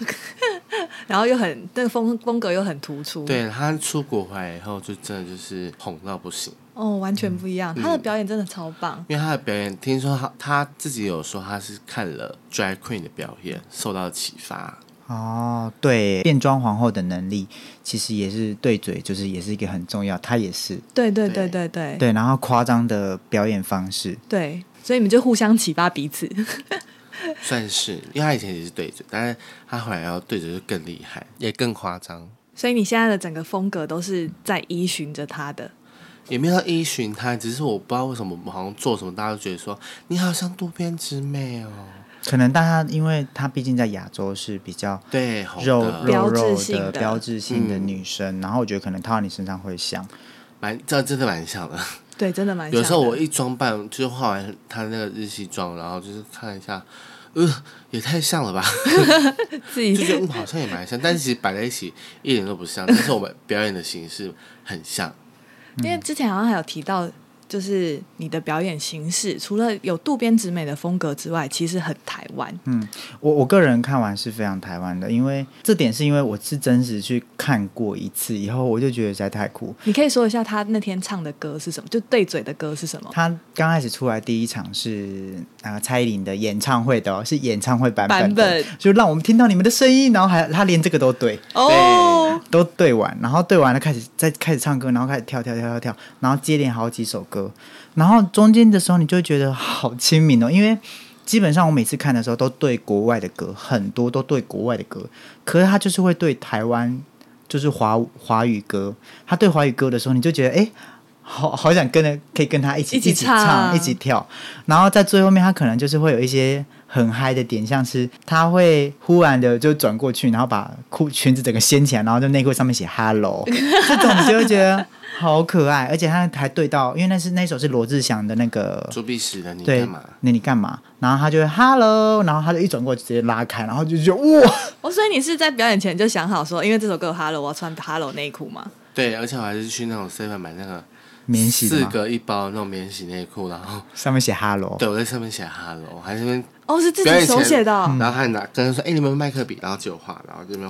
S1: 然后又很那个风风格又很突出，，
S3: 对她出国回来以后，就真的就是红到不行，
S1: 哦，完全不一样。
S3: 嗯
S1: 他的表演真的超棒，
S3: 因为她的表演，听说她她自己有说她是看了 drag queen 的表演受到启发，
S2: 哦，对，变装皇后的能力其实也是对嘴，就是也是一个很重要，她也是
S1: 对对对对对
S2: 对，然后夸张的表演方式，
S1: 对所以你们就互相启发彼此。 <laughs>
S3: 算是，因为他以前也是对嘴，但是他后来要对嘴就更厉害，也更夸张，
S1: 所以你现在的整个风格都是在依循着他的，
S3: 也没有到依循他，只是我不知道为什么我好像做什么，大家都觉得说你好像渡边直美哦，
S2: 可能大家因为她毕竟在亚洲是比较
S3: 对，红
S2: 肉
S3: 的，
S2: 肉
S1: 标
S2: 肉
S1: 志性
S2: 的
S1: 的嗯
S2: 标志性的女生，然后我觉得可能套到你身上会像，
S3: 蛮这真的蛮像的。
S1: 对，真的蛮像
S3: 有
S1: 的
S3: 时候我一装扮，就是化完他那个日系妆，然后就是看一下，呃，也太像 <laughs> 了吧，
S1: 自
S3: 就觉
S1: 己
S3: 得、嗯、好像也蛮像，但是其实摆在一起一点都不像，但是我们表演的形式很像。
S1: 因为之前好像还有提到，就是你的表演形式，除了有渡边直美的风格之外，其实很台湾。
S3: 嗯
S2: 我我个人看完是非常台湾的，因为这点是因为我是真实去看过一次以后，我就觉得实在太酷。
S1: 你可以说一下他那天唱的歌是什么？就对嘴的歌是什么？
S2: 他刚开始出来第一场是啊、呃蔡依林的演唱会的、哦，是演唱会版
S1: 版
S2: 本的
S1: 本
S2: 就让我们听到你们的声音，然后还他连这个都对，
S1: 哦，
S2: 都对完，然后对完了开始再开始唱歌，然后开始跳跳跳跳跳，然后接连好几首歌，然后中间的时候你就会觉得好亲民哦，因为基本上我每次看的时候都对国外的歌，很多都对国外的歌，可是他就是会对台湾就是华华语歌，他对华语歌的时候你就觉得哎。诶好好想跟着，可以跟他一起
S1: 一起
S2: 唱，
S1: 唱
S2: 一起跳，然后在最后面，他可能就是会有一些很嗨的点，像是他会忽然的就转过去，然后把裤裙子整个掀起来，然后就内裤上面写 “hello”，这 <laughs> 种你就会觉得好可爱，而且他还对到，因为那是那首是罗志祥的那个。
S3: 作弊死了，你
S2: 对
S3: 干嘛？，
S2: 那你干嘛？然后他就会 hello，然后他就一转过去直接拉开，然后就觉得哇，
S1: 哦，所以你是在表演前就想好说，因为这首歌有 Hello，我要穿 Hello 内裤嘛？
S3: 对，而且我还是去那种 seven 买那个
S2: 免洗的
S3: 四
S2: 吗？
S3: 个一包那种免洗内裤，然后
S2: 上面写 hello，
S3: 对我在上面写 hello，我还在那边
S1: 哦，是自
S3: 表
S1: 己
S3: 演
S1: 手
S3: 前
S1: 写的
S2: 嗯
S1: 哦、
S3: 然后他还拿跟他说：“哎、你们麦克笔。”然后就画，然后这边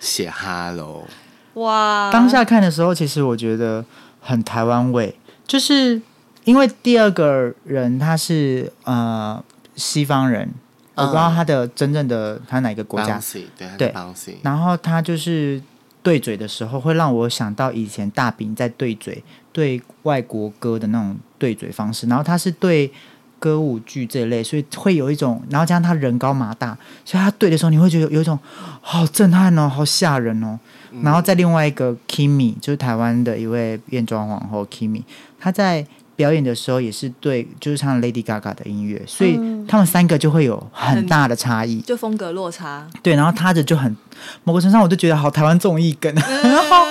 S3: 写 “hello”。
S1: 哇！
S2: 当下看的时候，其实我觉得很台湾味，就是因为第二个人他是呃西方人，我不知道他的真正的他哪个国家，
S3: bouncy，对，他是
S2: 对
S3: bouncy，
S2: 然后他就是对嘴的时候，会让我想到以前大饼在对嘴对外国歌的那种对嘴方式，然后他是对歌舞剧这一类，所以会有一种，然后加上他人高马大，所以他对的时候，你会觉得有一种好震撼哦，好吓人哦。然后再另外一个 Kimi，就是台湾的一位变装皇后 Kimi，她在。表演的时候也是对，就是唱 Lady Gaga 的音乐，所以他们三个就会有很
S1: 很
S2: 大的差异。
S1: 就风格落差，
S2: 对，然后他的就很，某个程度上我就觉得好台湾综艺梗，
S1: 嗯
S2: <laughs> 然后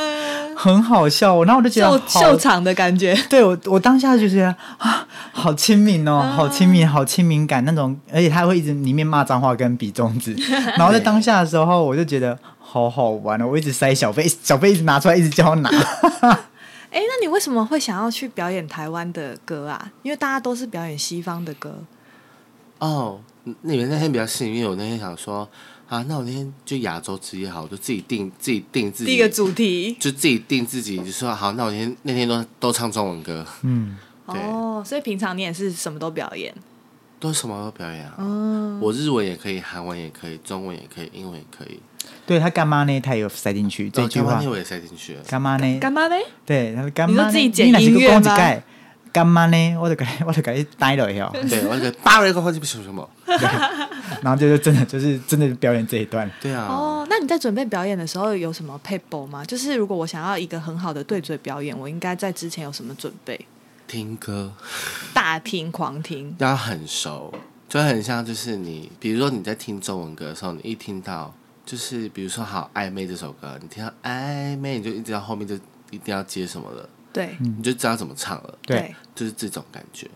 S2: 很好笑哦，然后我就觉
S1: 秀
S2: 得好
S1: 秀，场的感
S2: <laughs>
S1: 觉。
S2: 对我我当下就觉得啊，好亲民哦，好亲
S1: 嗯
S2: 民，好亲民感那种，而且他会一直里面骂脏话跟比
S1: <laughs>
S2: 中指，然后在当下的时候我就觉得好好玩哦，我一直塞小费，小费一直拿出来，一直叫他拿，
S1: <laughs> 哎、那你为什么会想要去表演台湾的歌啊？因为大家都是表演西方的歌，
S3: 哦，你们那天比较幸运，我那天想说啊，那我那天就亚洲之夜好，我就自己定自己定自己
S1: 第一个主题
S3: 就自己定自己，就说好，那我那天那天都都唱中文
S1: <laughs>
S3: 歌，
S2: 嗯，
S3: 对
S1: 哦，所以平常你也是什么都表演，
S3: 都什么都表演啊。
S1: 嗯，
S3: 我日文也可以，韩文也可以，中文也可以，英文也可以。
S2: 对他干妈呢，他也有塞进去这句
S3: 然后
S2: 话
S3: 干嘛那，我也塞进去了。
S2: 啊干妈呢，
S1: 干嘛呢？
S2: 对，他说干
S1: 你说
S2: 妈呢，
S1: 自己剪
S2: 你哪是
S1: 音
S2: 个
S1: 乐
S2: 公子
S1: 吗
S2: 盖干妈呢，我就给我就给你呆了哟。
S3: 对，我那个 <laughs> 八维高花鸡不什么什么。
S2: 哦然后就是真的就是真的表演这一段，
S3: 对啊。
S1: 哦，那你在准备表演的时候有什么配 e 吗？就是如果我想要一个很好的对嘴表演，我应该在之前有什么准备？
S3: 听歌
S1: 大听狂听，
S3: 要很熟，就很像就是你，比如说你在听中文歌的时候，你一听到就是比如说好暧昧这首歌，你听到暧昧，你就一直到后面就一定要接什么了，
S1: 对
S3: 你就知道怎么唱了，
S2: 嗯对，
S3: 就是这种感觉。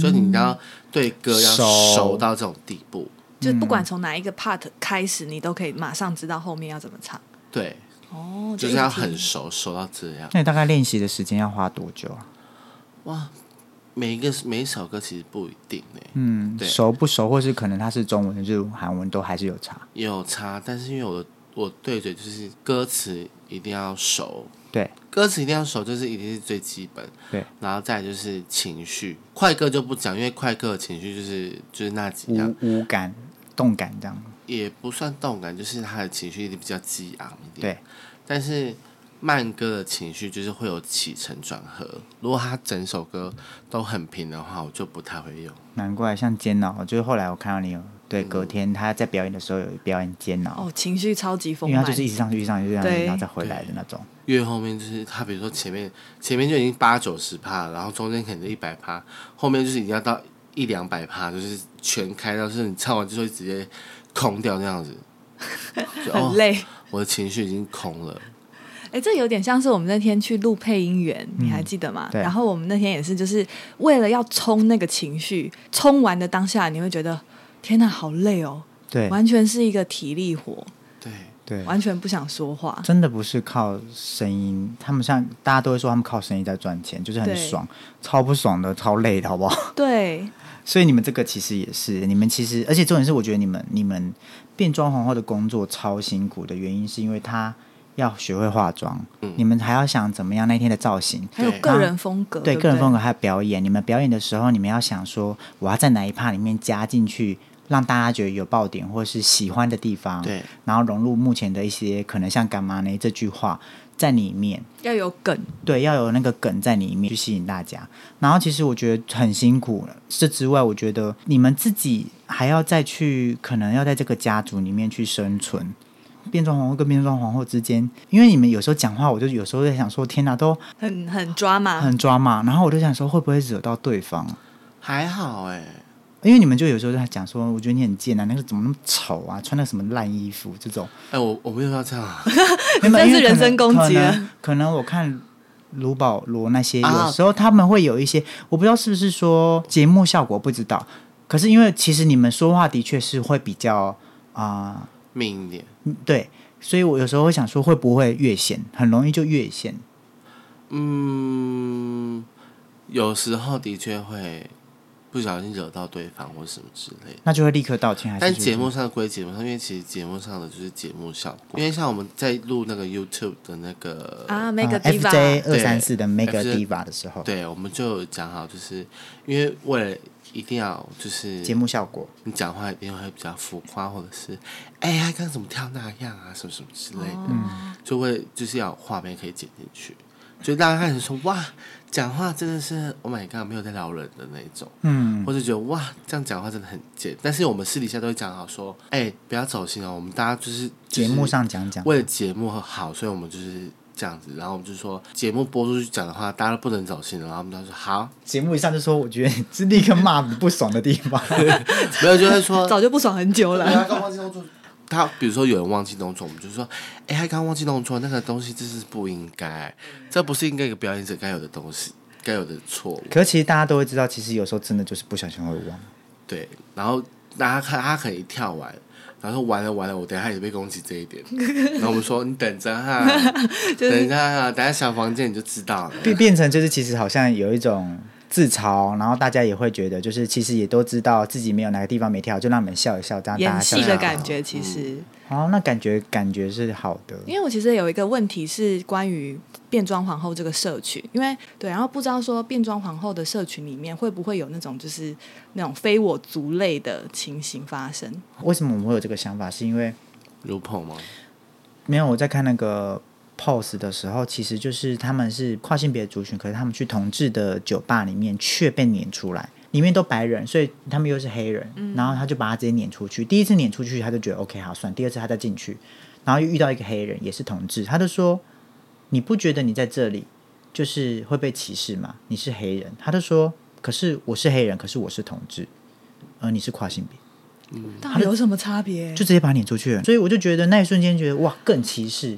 S3: 就你要对歌要
S2: 熟
S3: 熟到这种地步，
S1: 就不
S2: 嗯
S1: 管从哪一个 part 开始，你都可以马上知道后面要怎么唱。
S3: 对，
S1: 哦，
S3: 就
S1: 一
S3: 是
S1: 直
S3: 要
S1: 听
S3: 很熟，熟到这样。
S2: 那你大概练习的时间要花多久啊？
S3: 哇，每一个每一首歌其实不一定欸呢、
S2: 嗯，
S3: 对
S2: 熟不熟，或是可能它是中文、日文、韩文都还是有差。
S3: 也有差，但是因为我的我对嘴就是歌词一定要熟，
S2: 对，
S3: 歌词一定要熟，就是一定是最基本。
S2: 对，
S3: 然后再来就是情绪，快歌就不讲，因为快歌的情绪就是就是那几
S2: 无
S3: 样。
S2: 无感、动感这样。
S3: 也不算动感，就是他的情绪比较激昂一点。
S2: 对，
S3: 但是慢歌的情绪就是会有起承转合，如果他整首歌都很平的话，我就不太会用。
S2: 难怪像煎熬，就是后来我看到你有对隔天他在表演的时候有表演煎熬，
S1: 哦，情绪超级
S2: 因
S1: 丰
S2: 为
S1: 满，
S2: 他就是一直上去，一直上去，一直上去，
S1: 对
S2: 然后再回来的那种。
S3: 越后面就是他，比如说前面前面就已经八九十趴，然后中间可能就一百趴，后面就是已经要到一两百趴，就是全开到，就是你唱完之后就直接空掉那样
S1: <laughs>
S3: 子，就
S1: 很
S3: 哦，
S1: 累。
S3: 我的情绪已经空了。
S1: 哎，这有点像是我们那天去录配音员，你还记得吗？
S2: 嗯对
S1: 然后我们那天也是，就是为了要冲那个情绪，冲完的当下，你会觉得天哪，好累哦，
S2: 对
S1: 完全是一个体力活，
S3: 对，
S2: 对，
S1: 完全不想说话。
S2: 真的不是靠声音，他们像大家都会说他们靠声音在赚钱，就是很
S1: 对
S2: 爽，超不爽的，超累的，好不好？
S1: 对，
S2: 所以你们这个其实也是，你们其实，而且重点是，我觉得你们你们变装皇后的工作超辛苦的原因，是因为她要学会化妆，你们还要想怎么样那天的造型，
S1: 还有
S3: 对
S1: 个人风格，
S2: 对
S1: 对不
S2: 个人风格还有表演，你们表演的时候，你们要想说我要在哪一趴里面加进去，让大家觉得有爆点或是喜欢的地方，
S3: 对，
S2: 然后融入目前的一些可能像干嘛呢这句话在里面，
S1: 要有梗，
S2: 对，要有那个梗在里面去吸引大家。然后其实我觉得很辛苦了，这之外，我觉得你们自己还要再去，可能要在这个家族里面去生存。变装皇后跟变装皇后之间，因为你们有时候讲话，我就有时候在想说，天哪，都
S1: 很很抓嘛，
S2: 很抓嘛。然后我就想说，会不会惹到对方？
S3: 还好哎、
S2: 因为你们就有时候在讲说，我觉得你很贱啊，那个怎么那么丑啊，穿那个什么烂衣服这种。
S3: 哎、我我没有要这样、啊，
S1: <laughs>
S2: 没有
S1: 真
S2: 因为
S1: 是
S2: 可
S1: 人
S2: 能
S1: 身攻击啊
S2: 可
S1: 了
S2: 能可能我看卢保罗那些，
S3: 啊
S2: 有时候他们会有一些，我不知道是不是说节目效果不知道，可是因为其实你们说话的确是会比较啊、
S3: 命一点。
S2: 嗯对，所以我有时候会想说会不会越线，很容易就越线。
S3: 嗯，有时候的确会不小心惹到对方或什么之类的。
S2: 那就会立刻道歉，还是
S3: 但
S2: 就是
S3: 节目上归节目上，因为其实节目上的就是节目效果。因为像我们在录那个 YouTube 的那个
S1: 啊
S2: 呃
S1: ，make a
S2: FJ
S1: diva，
S2: 二三四
S3: 对
S2: 的 Make a
S3: FJ
S2: Diva 的时候，
S3: 对，我们就有讲好，就是因为为了一定要就是
S2: 节目效果，
S3: 你讲话一定会比较浮夸，或者是哎呀，刚刚怎么跳那样啊，什么什么之类的，就会就是要有画面可以剪进去，就大家开始说哇，讲话真的是 Oh my God，没有在饶人的那一种。
S2: 嗯，
S3: 或者觉得哇，这样讲话真的很贱，但是我们私底下都会讲好说，哎、不要走心哦，我们大家就是
S2: 节目上讲讲，
S3: 为了节目好，所以我们就是这样子。然后我们就说，节目播出去讲的话，大家都不能走心了。然后我们就说好，
S2: 节目一上就说，我觉得你是立刻骂你不爽的地
S3: <laughs>
S2: 方，
S3: 没有就会
S1: <laughs>
S3: 说
S1: 早就不爽很久
S2: <laughs>
S3: 哎
S1: 了。
S3: 他刚忘记动作。他比如说有人忘记动作，我们就说，哎、他刚忘记动作，那个东西这是不应该，这不是应该一个表演者该有的东西，该有的错误。
S2: 可是其实大家都会知道，其实有时候真的就是不小心会忘。
S3: 对，然后大家看他可能一跳完，然后说完了完了，我等一下也被攻击这一点。然后我们说你等着哈，等一下哈，等一下小房间你就知道了。
S2: 变变成就是其实好像有一种自嘲，然后大家也会觉得就是其实也都知道自己没有哪个地方没跳，就让你们笑一笑，这啊样
S1: 演
S2: 大家笑
S1: 戏
S2: 笑
S1: 的
S2: 好。
S1: 感觉，其实，
S2: 哦，那感觉感觉是好的，
S1: 因为我其实有一个问题是关于变装皇后这个社群，因为对，然后不知道说变装皇后的社群里面会不会有那种就是那种非我族类的情形发生？
S2: 为什么我们会有这个想法？是因为
S3: 如碰吗？
S2: 没有我在看那个 pose 的时候，其实就是他们是跨性别族群，可是他们去同志的酒吧里面却被撵出来，里面都白人，所以他们又是黑人，然后他就把他直接撵出去。第一次撵出去，他就觉得 OK 好算，第二次他再进去，然后又遇到一个黑人，也是同志，他就说你不觉得你在这里就是会被歧视吗？你是黑人，他就说可是我是黑人，可是我是同志，而你是跨性别。
S1: 到底有什么差别？
S2: 就直接嗯把他撵出去了。所以我就觉得那一瞬间觉得哇，更歧视，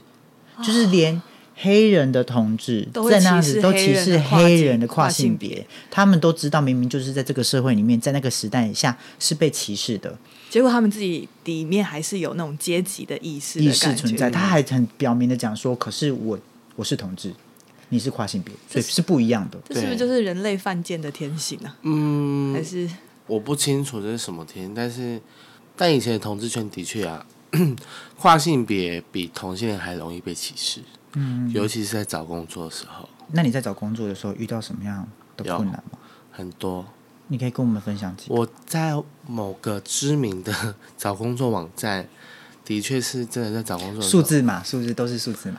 S2: 就是连黑人的同志
S1: 都会
S2: 在那样
S1: 歧
S2: 子
S1: 视
S2: 都
S1: 黑
S2: 歧
S1: 人
S2: 视
S1: 的跨
S2: 黑
S1: 性
S2: 人的跨
S1: 跨
S2: 性
S1: 性
S2: 别，他们都知道明明就是在这个社会里面，在那个时代下是被歧视的
S1: 结果他们自己里面还是有那种阶级的意识的
S2: 意
S1: 感觉
S2: 识存在，他还很表明的讲说，可是我我是同志。你是跨性别，所以是不一样的。
S1: 这是不是就是人类犯贱的天性啊？还
S3: 嗯，
S1: 是
S3: 我不清楚这是什么天，但是但以前的同志圈的确啊， <clears throat> 跨性别比同性恋还容易被歧视，嗯，尤其是在找工作的时候
S2: 那你在找工作的时候遇到什么样的
S3: 有
S2: 困难吗？
S3: 很多。
S2: 你可以跟我们分享几个。
S3: 我在某个知名的 <laughs> 找工作网站，的确是真的在找工作的时候
S2: 数字嘛，数字都是数字嘛。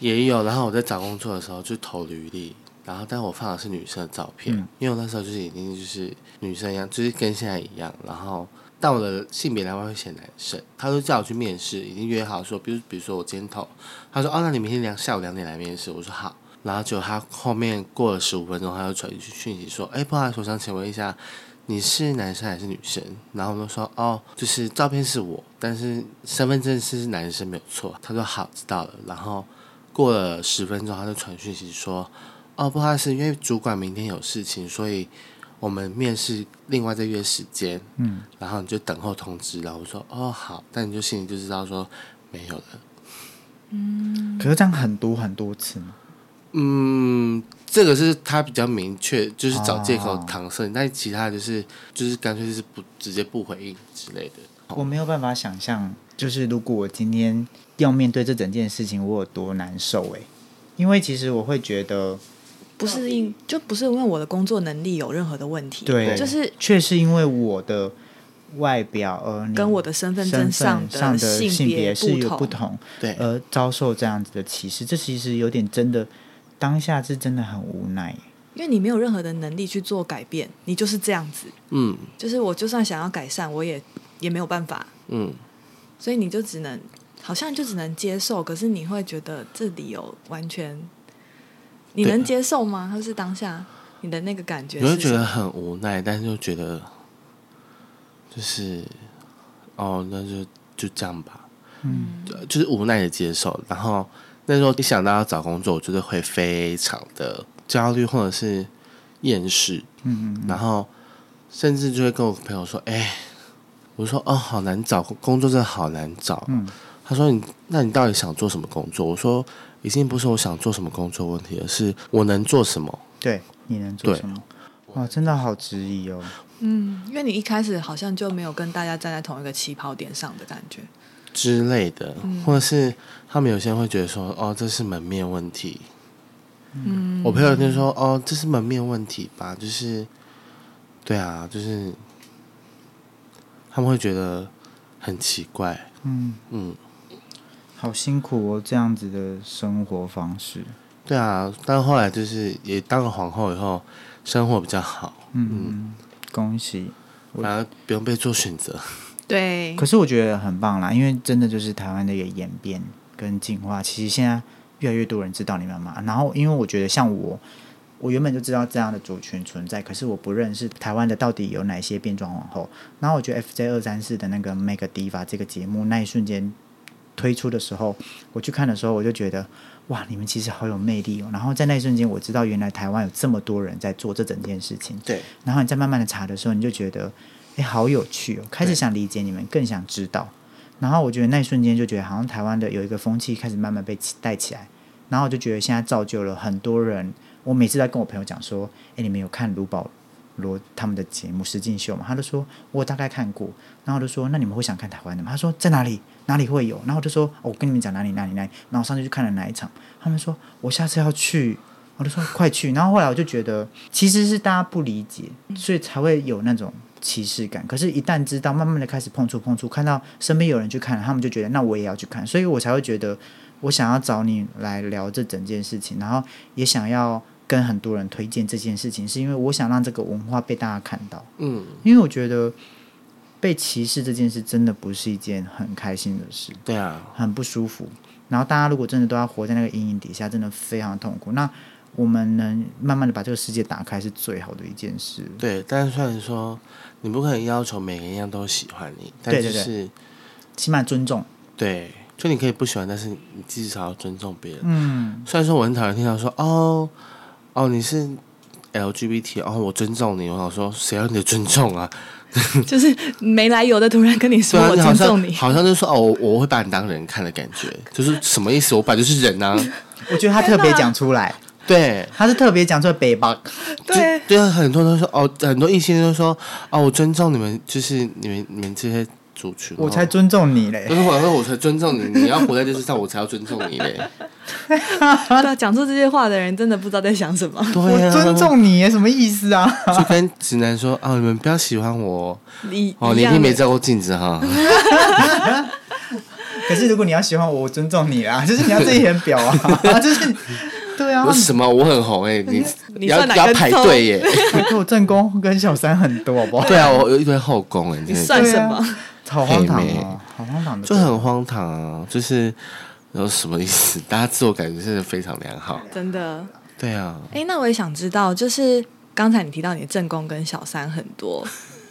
S3: 也有。然后我在找工作的时候就投履历，然后但我放的是女生的照片，
S2: 嗯
S3: 因为我那时候就是已经就是女生一样，就是跟现在一样。然后但我的性别栏位会写男生，他就叫我去面试，已经约好说，比如比如说我今天投，他说哦，那你明天两下午两点来面试，我说好。然后结果他后面过了十五分钟，他就传讯讯息说，哎，不好意思，我想请问一下，你是男生还是女生？然后我就说哦，就是照片是我，但是身份证是男生没有错。他说好，知道了。然后过了十分钟，他就传讯息说哦，不好意思，因为主管明天有事情，所以我们面试另外再约时间。
S2: 嗯，
S3: 然后你就等候通知。然后我说哦好，但你就心里就知道说没有了。
S1: 嗯
S2: 可是这样很多很多次嘛。
S3: 嗯，这个是他比较明确，就是找借口
S2: 哦
S3: 搪塞你，但其他的就是就是干脆就是不直接不回应之类的。
S2: 我没有办法想象，就是如果我今天要面对这整件事情，我有多难受诶、因为其实我会觉得，
S1: 不是因就不是因为我的工作能力有任何的问题，
S2: 对，嗯
S1: 就是
S2: 确实因为我的外表而你
S1: 跟我的身份证上
S2: 身份上的
S1: 性
S2: 性别是有
S1: 不
S2: 不，同，
S3: 对，
S2: 而遭受这样子的歧视，这其实有点真的，当下是真的很无奈。
S1: 因为你没有任何的能力去做改变，你就是这样子。
S3: 嗯
S1: 就是我就算想要改善，我也也没有办法，
S3: 嗯，
S1: 所以你就只能好像就只能接受，可是你会觉得这理由完全你能接受吗？还是当下你的那个感觉
S3: 你会
S1: 是
S3: 觉
S1: 什
S3: 得
S1: 么？
S3: 很无奈，但是又觉得就是哦，那就就这样吧，
S2: 嗯，
S3: 就就是无奈的接受。然后那时候一想到要找工作，我觉得会非常的焦虑或者是厌世，
S2: 嗯嗯，
S3: 然后甚至就会跟我朋友说：“哎、我说哦，好难找工作，真的好难找。”
S2: 嗯，
S3: 他说你：“那你到底想做什么工作？”我说：“已经不是我想做什么工作问题，而是我能做什么。
S2: 对，你能做
S3: 对
S2: 什么？哇，真的好质疑哦。
S1: 嗯，因为你一开始好像就没有跟大家站在同一个起跑点上的感觉，”
S3: 之类的，
S2: 嗯
S3: 或者是他们有些人会觉得说：“哦，这是门面问题。”
S1: 嗯，
S3: 我朋友就说：“哦，这是门面问题吧？”就是，对啊，就是他们会觉得很奇怪。
S2: 嗯，
S3: 嗯，
S2: 好辛苦哦，这样子的生活方式。
S3: 对啊，但后来就是也当了皇后以后，生活比较好，
S2: 嗯，恭喜。
S3: 反而不用被做选择。
S1: 对
S2: 可，是我觉得很棒啦，因为真的就是台湾的一个演变跟进化，其实现在越来越多人知道你们嘛。然后，因为我觉得像我，我原本就知道这样的族群存在，可是我不认识台湾的到底有哪些变装皇后。然后我觉得 FJ 二三四的那个 Make a Diva 这个节目那一瞬间推出的时候，我去看的时候，我就觉得哇，你们其实好有魅力哦。然后在那一瞬间，我知道原来台湾有这么多人在做这整件事情。
S3: 对，
S2: 然后你再慢慢的查的时候，你就觉得，哎，好有趣哦，开始
S3: 对
S2: 想理解你们，更想知道。然后我觉得那一瞬间就觉得，好像台湾的有一个风气开始慢慢被起带起来，然后我就觉得现在造就了很多人。我每次在跟我朋友讲说，哎，你们有看卢保罗他们的节目《实境秀》吗？他就说，我大概看过。然后我就说，那你们会想看台湾的吗？他说在哪里？哪里会有？然后我就说，哦我跟你们讲哪里哪里哪里。然后我上次去看了哪一场，他们说我下次要去，我就说快去。然后后来我就觉得其实是大家不理解，所以才会有那种歧视感。可是，一旦知道，慢慢的开始碰触碰触，看到身边有人去看，他们就觉得那我也要去看，所以我才会觉得我想要找你来聊这整件事情，然后也想要跟很多人推荐这件事情，是因为我想让这个文化被大家看到。
S3: 嗯，
S2: 因为我觉得被歧视这件事真的不是一件很开心的事，
S3: 对啊，
S2: 很不舒服。然后大家如果真的都要活在那个阴影底下，真的非常痛苦。那我们能慢慢的把这个世界打开，是最好的一件事。
S3: 对。但是虽然说你不可能要求每个人一样都喜欢你，但
S2: 对
S3: 就
S2: 对对
S3: 是
S2: 起码尊重，
S3: 对就你可以不喜欢，但是你至少要尊重别人。
S2: 嗯，
S3: 虽然说我很讨厌听到说哦哦你是 LGBT，哦我尊重你，我想说谁要你的尊重
S1: <laughs>
S3: 啊？
S1: 就是没来由的突然跟你说我
S3: 虽然你啊好
S1: 尊重
S3: 像
S1: 你，
S3: 好像就说哦我我会把你当人看的感
S1: <laughs>
S3: 觉，就是什么意思？我本来就是人啊，
S2: 我觉得他特别讲出来，
S3: 对。
S2: 他是特别讲出来北巴，
S1: 对
S3: 就，对啊，很多人都说哦，很多异性都说哦，我尊重你们，就是你们你们这些族群，
S2: 我才尊重你
S3: <laughs> 就
S2: 嘞。
S3: 是我说我才尊重你，你要活在这世上，我才要尊重你嘞。
S1: <laughs> 对啊，讲出这些话的人真的不知道在想什么。
S2: 我
S3: 对啊，
S2: 尊重你耶，什么意思啊？ <laughs>
S3: 就跟直男说啊，你们不要喜欢我
S1: 你
S3: 哦，你
S1: 一
S3: 一
S1: 样
S3: 定没
S1: 的
S3: 照过镜子哈。
S2: 可是如果你要喜欢我，我尊重你啦，就是你要自己很表啊， <laughs> 就是对啊
S3: 我说。什么？我很红哎、你
S1: 嗯你
S3: 要
S1: 算哪
S3: 要
S1: 根
S3: 排
S1: 葱
S3: 队耶、
S1: <laughs>
S2: 拜托，正宫跟小三很多，好不好？
S3: 对啊，我有一堆后宫哎、真的
S1: 算
S2: 对
S1: 什
S2: 啊
S1: 么？
S2: 好荒唐
S3: 嘿
S2: 哦
S3: 妹，
S2: 好荒唐的
S3: 就
S2: 歌，
S3: 很荒唐啊！就是有什么意思？大家自我感觉真的非常良好。
S1: 真的。
S3: 对啊，
S1: 哎，那我也想知道，就是刚才你提到你的正宫跟小三很多，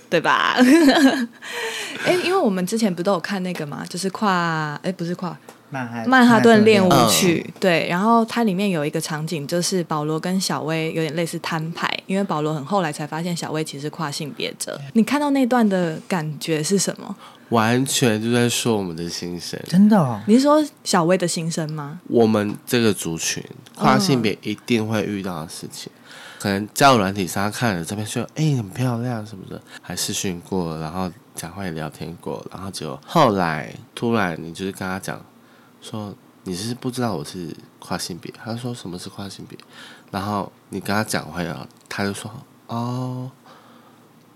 S1: 对吧？ <laughs> 哎，因为我们之前不都有看那个嘛，就是跨哎不是跨
S2: 曼哈
S1: 哎曼哈顿嗯练舞
S2: 舞
S1: 曲，对，然后它里面有一个场景，就是保罗跟小薇有点类似摊牌，因为保罗很后来才发现小薇其实跨性别者。你看到那段的感觉是什么？
S3: 完全就在说我们的心声。
S2: 真的哦，
S1: 你是说小薇的心声吗？
S3: 我们这个族群跨性别一定会遇到的事情，可能交友软体上他看了照片说：“哎、你很漂亮什么的”，还试训过，然后讲话也聊天过，然后结果后来突然你就是跟他讲说：“你是不知道我是跨性别。”他说：“什么是跨性别？”然后你跟他讲话了，他就说：“哦，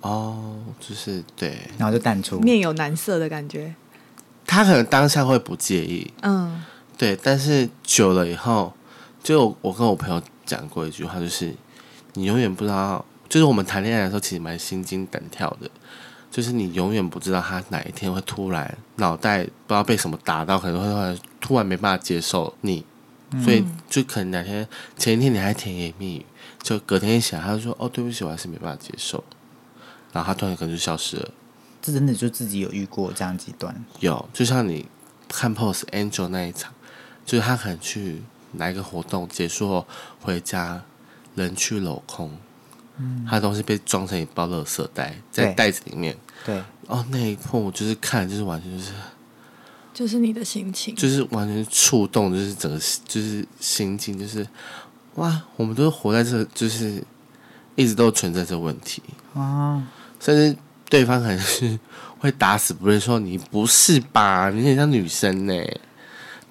S3: 哦，就是对。
S2: 然后就淡出。
S1: 面有难色的感觉，”
S3: 他可能当下会不介意，
S1: 嗯，
S3: 对，但是久了以后，就我我跟我朋友讲过一句话，就是你永远不知道，就是我们谈恋爱的时候其实蛮心惊胆跳的，就是你永远不知道他哪一天会突然脑袋不知道被什么打到，可能会突然突然没办法接受你，所以就可能哪天前一天你还甜言蜜语，就隔天一想，他就说哦对不起，我还是没办法接受，然后他突然可能就消失了。
S2: 这真的就自己有遇过这样几段，
S3: 有，就像你看 Pose Angel 那一场，就是他可能去哪一个活动结束后回家，人去楼空，他的东西被装成一包垃圾袋在
S2: 对
S3: 袋子里面。
S2: 对，
S3: 哦，那一刻我就是看，就是完全就是
S1: 就是你的心情，
S3: 就是完全触动，就是整个就是心境，就是哇，我们都是活在这，就是一直都存在这问题。
S2: 啊，
S3: 甚至对方可能是会打死不认，说你不是吧？你很像女生呢、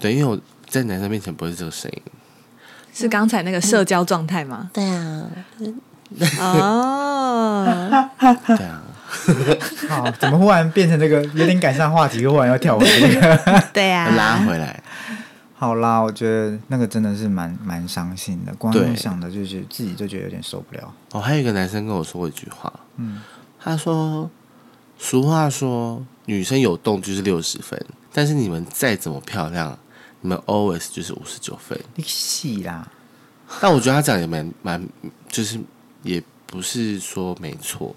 S3: 对，因为我在男生面前不是这个声音，
S1: 是刚才那个社交状态吗？对啊，哦，
S3: 对啊，
S2: 好，怎么忽然变成这个有点赶上话题，又忽然要跳回这个？
S1: 对啊
S3: 要拉回来，
S2: 好啦，我觉得那个真的是蛮蛮伤心的，光
S3: 对
S2: 用想的就是自己就觉得有点受不了。
S3: 哦，还有一个男生跟我说过一句话，
S2: 嗯，
S3: 他说：“俗话说，女生有动就是六十分，但是你们再怎么漂亮，你们 always 就是五十九分。
S2: 你戏啦，”
S3: 但我觉得他讲也蛮蛮，就是也不是说没错，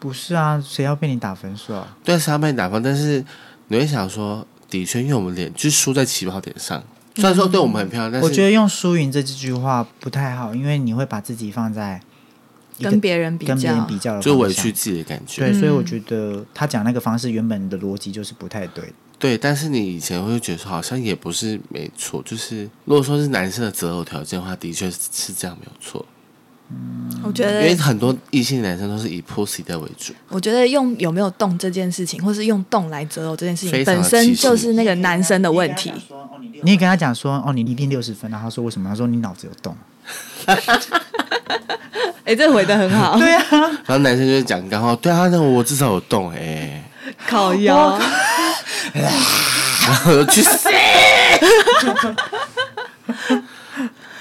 S2: 不是啊，谁要被你打分数啊？
S3: 对沙妹打分，但是你会想说，的确，因为我们脸就是输在起跑点上。虽然说对我们很漂亮，但
S2: 嗯
S3: 是
S2: 我觉得用输赢这句话不太好，因为你会把自己放在一个
S1: 跟别人比
S2: 跟别
S1: 较
S2: 人，比较的
S3: 就
S2: 方
S3: 委
S2: 向
S3: 屈。自己的感觉。
S2: 对，所以我
S1: 嗯
S2: 觉得他讲那个方式原本的逻辑就是不太对的。
S3: 对但是你以前会觉得说，好像也不是没错。就是如果说是男生的择偶条件的话，的确是这样没有错。
S1: 我觉
S3: 因
S1: 得
S3: 为很多异性男生都是以 pussy 的为主，
S1: 我觉得用有没有动这件事情，或是用动来择偶这件事情，
S3: 非常的
S1: 本
S3: 歧视
S1: 身就是那个男生的问题。
S2: 你也跟他讲说，哦，你一定六十分，然后他说为什么？他说你脑子有洞。
S1: 哎、这回的很好，对啊，
S3: 然后男生就会讲干话，对啊，那我至少有动哎、
S1: 烤腰，
S3: 然后哎我就去
S2: <laughs>
S3: 死。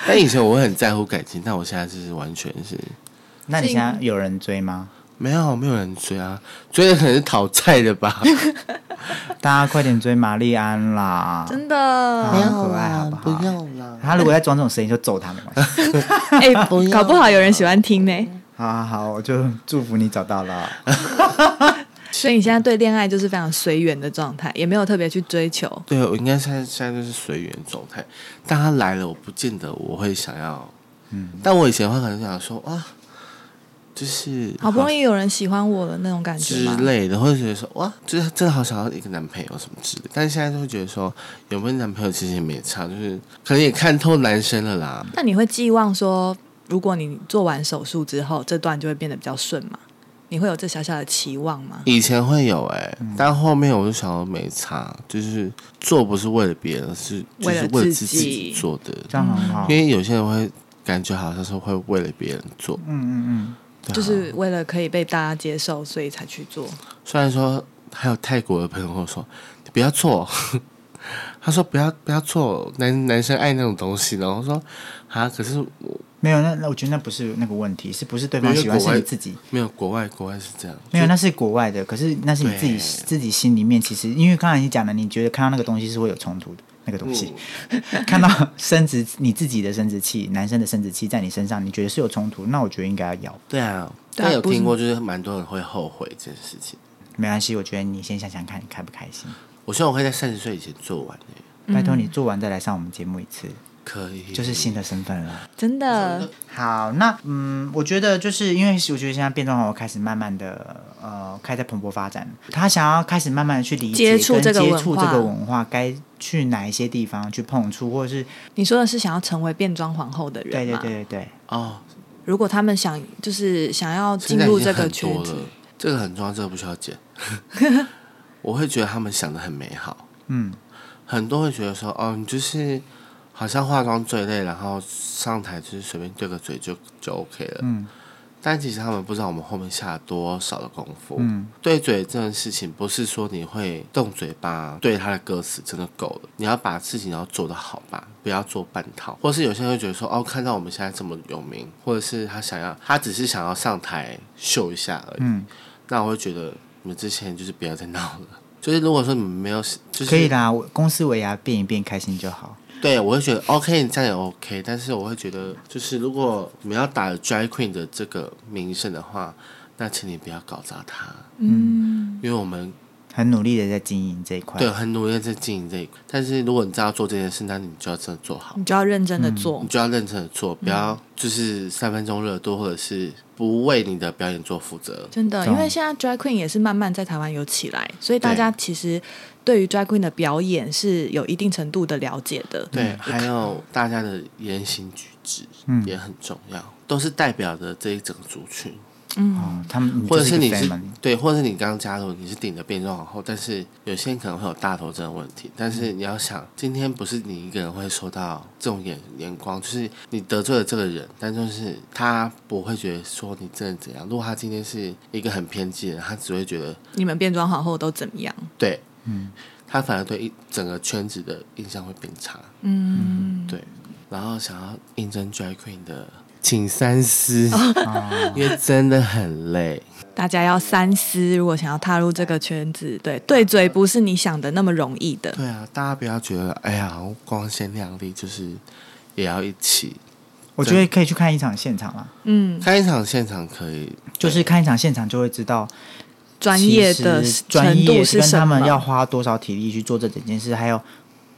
S3: 但以前我会很在乎感情，但我现在就是完全是
S2: 那你现在有人追吗？
S3: 没有，没有人追啊，追的可能是讨债的 <laughs> 吧。
S2: 大家快点追玛丽安啦！
S1: 真 <laughs> 的，
S2: 没啊有可爱好不好？不要啦！他如果在装这种声音，就揍他 <laughs> 没关系。
S1: 哎、搞不嗯好有人喜欢听呢、
S2: 好好好，我就祝福你找到 <laughs> 了。
S1: 所以你现在对恋爱就是非常随缘的状态，也没有特别去追求。
S3: 对，我应该现在现在就是随缘状态，但他来了，我不见得我会想要。嗯，但我以前的话可能想说哇，就是
S1: 好不容易有人喜欢我了那种感觉
S3: 之
S1: 吗？
S3: 类的，会觉得说哇，就是真的好想要一个男朋友什么之类的。但是现在就会觉得说，有没有男朋友其实也没差，就是可能也看透男生了啦。
S1: 那你会寄望说，如果你做完手术之后，这段就会变得比较顺吗？你会有这小小的期望吗？
S3: 以前会有哎、但后面我就想说没差，就是做不是为了别人，是就
S1: 为
S3: 是
S1: 了
S3: 为了
S1: 自
S3: 自
S1: 己
S3: 己做的。
S2: 这样很好。
S3: 因
S2: 嗯
S3: 为有些人会感觉好像是会为了别人做，
S2: 嗯嗯，
S3: 对啊
S1: 就是为了可以被大家接受，所以才去做。
S3: 虽然说还有泰国的朋友跟我说你不要做，他说不要不要做，男男生爱那种东西，然后我说啊，可是我
S2: 没有，那那我觉得那不是那个问题，是不是对方喜欢，
S3: 没有国
S2: 是
S3: 外
S2: 你自己。
S3: 没有国外国外是这样，
S2: 没有，那是国外的，可是那是你自己
S3: 对
S2: 自己心里面，其实因为刚才你讲的，你觉得看到那个东西是会有冲突的，那个东西，嗯 <laughs> 看到生殖你自己的生殖器，男生的生殖器在你身上，你觉得是有冲突，那我觉得应该要咬。
S3: 对啊，
S1: 对啊
S3: 但有
S1: 不是
S3: 听过就是蛮多人会后悔这件事情。
S2: 没关系，我觉得你先想想看，你开不开心？
S3: 我希望我可以在三十岁以前做完、欸，
S2: 拜托你做完再来上我们节目一次，
S3: 可以，
S2: 就是新的身份了。
S1: 真的，
S2: 好，那嗯，我觉得就是因为我觉得现在变装皇后开始慢慢的呃，开始在蓬勃发展，他想要开始慢慢的去理
S1: 接
S2: 解
S1: 触
S2: 跟
S1: 这个
S2: 接触
S1: 文化
S2: 这个文化，该去哪一些地方去碰触，或者是
S1: 你说的是想要成为变装皇后的人
S2: 对对
S1: 吗？
S2: 对对对，
S3: 哦，
S1: 如果他们想就是想要进
S3: 现在已
S1: 入
S3: 经
S1: 这个
S3: 很
S1: 圈
S3: 多
S1: 子
S3: 了，，这个很重要，这个不需
S1: <laughs>
S3: 要剪。我会觉得他们想的很美好，
S2: 嗯，
S3: 很多会觉得说，哦，你就是好像化妆最累，然后上台就是随便对个嘴就就 OK 了。
S2: 嗯，
S3: 但其实他们不知道我们后面下了多少的功夫。
S2: 嗯，
S3: 对嘴这件事情，不是说你会动嘴巴对他的歌词真的够了，你要把事情要做得好吧，不要做半套。或是有些人会觉得说，哦，看到我们现在这么有名，或者是他想要，他只是想要上台秀一下而已。
S2: 嗯，
S3: 那我会觉得你们之前就是不要再闹了。就是如果说你们没有，就是
S2: 可以啦，我公司尾牙变一变，开心就好。
S3: 对，我会觉得 OK，你这样也 OK，但是我会觉得，就是如果你们要打 drag queen 的这个名声的话，那请你不要搞砸它，
S1: 嗯，
S3: 因为我们
S2: 很努力的在经营这一块，
S3: 对很努力地在经营这一块。但是如果你真的要做这件事，那你就要真的做好，
S1: 你就要认真的做
S3: 你，就要认真的做，不要就是三分钟热度，或者是不为你的表演做负责。
S1: 真的，
S2: 懂
S1: 因
S3: 啊
S1: 为现在 drag queen 也是慢慢在台湾有起来，所以大家其实对于 drag queen 的表演是有一定程度的了解的。
S3: 对，嗯还有大家的言行举止
S2: 嗯
S3: 也很重要，都是代表着这一整个族群。
S2: 哦，他们
S3: 或者
S2: 是
S3: 是
S2: 一
S3: 你
S2: 个
S3: 是
S2: family
S3: 对，或者是你刚加入，你是顶着变装皇后，但是有些人可能会有大头症的问题。但是你要想，今天不是你一个人会受到这种眼眼光，就是你得罪了这个人，但就是他不会觉得说你真的怎样。如果他今天是一个很偏激的人，他只会觉得
S1: 你们变装皇后都怎么样？
S3: 对，嗯，他反而对一整个圈子的印象会变差。
S1: 嗯，
S3: 对，然后想要应征 drag queen 的，请三思，
S2: 哦
S3: <laughs> 因为真的很累。
S1: 大家要三思，如果想要踏入这个圈子，对对嘴不是你想的那么容易的。
S3: 对啊，大家不要觉得哎呀光鲜亮丽，就是也要一起
S2: 我觉得可以去看一场现场啦，
S1: 嗯，
S3: 看一场现场可以，
S2: 就是看一场现场就会知道
S1: 专
S2: 其
S1: 业
S2: 实
S1: 的
S2: 专
S1: 程
S2: 业
S1: 度
S2: 是
S1: 是
S2: 跟
S1: 什
S2: 他
S1: 么
S2: 们？要花多少体力去做这整件事，还有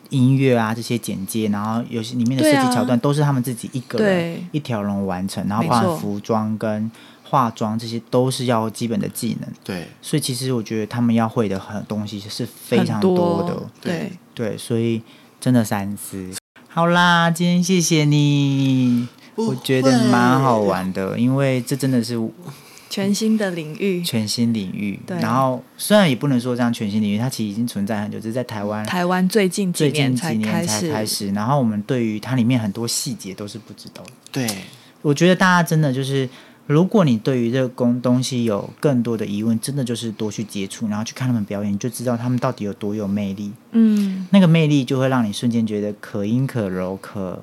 S2: 音乐啊这些简介，然后有些里面的设
S1: 对啊
S2: 计桥段都是他们自己一个人
S1: 对
S2: 一条龙完成，然后
S1: 没
S2: 包
S1: 错
S2: 含服装跟化妆这些都是要基本的技能。
S3: 对
S2: 所以其实我觉得他们要会的很东西是非
S1: 很
S2: 常多
S1: 多
S2: 的，
S1: 对，
S2: 对，所以真的三思。好啦，今天谢谢你，
S3: 不
S2: 我觉得蛮好玩的，因为这真的是
S1: 全新的领域，
S2: 全新领域。
S1: 对
S2: 然后虽然也不能说这样全新领域，它其实已经存在很久，只是在台湾
S1: 台湾最近几
S2: 最近
S1: 年
S2: 几
S1: 才
S2: 年
S1: 开
S2: 才
S1: 始，
S2: 开始。然后我们对于它里面很多细节都是不知道的。
S3: 对，
S2: 我觉得大家真的就是，如果你对于这个工东西有更多的疑问，真的就是多去接触，然后去看他们表演，你就知道他们到底有多有魅力。
S1: 嗯，
S2: 那个魅力就会让你瞬间觉得可阴可柔可。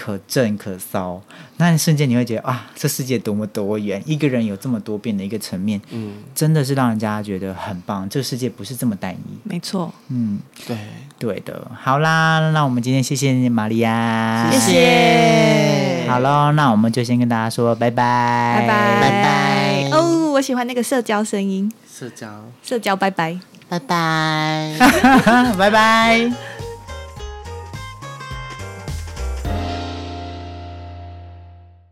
S2: 可正可骚，那瞬间你会觉得啊，这世界多么多元，一个人有这么多变的一个层面，
S3: 嗯，
S2: 真的是让人家觉得很棒。这个世界不是这么单一，
S1: 没错，
S2: 嗯，
S3: 对，
S2: 对的。好啦，那我们今天谢谢你玛利亚，
S1: 谢谢，
S2: 好喽，那我们就先跟大家说拜拜，
S1: 拜拜拜拜。哦，我喜欢那个社交声音，
S3: 社交。
S1: <laughs> 社交拜拜。
S2: <laughs> 拜拜。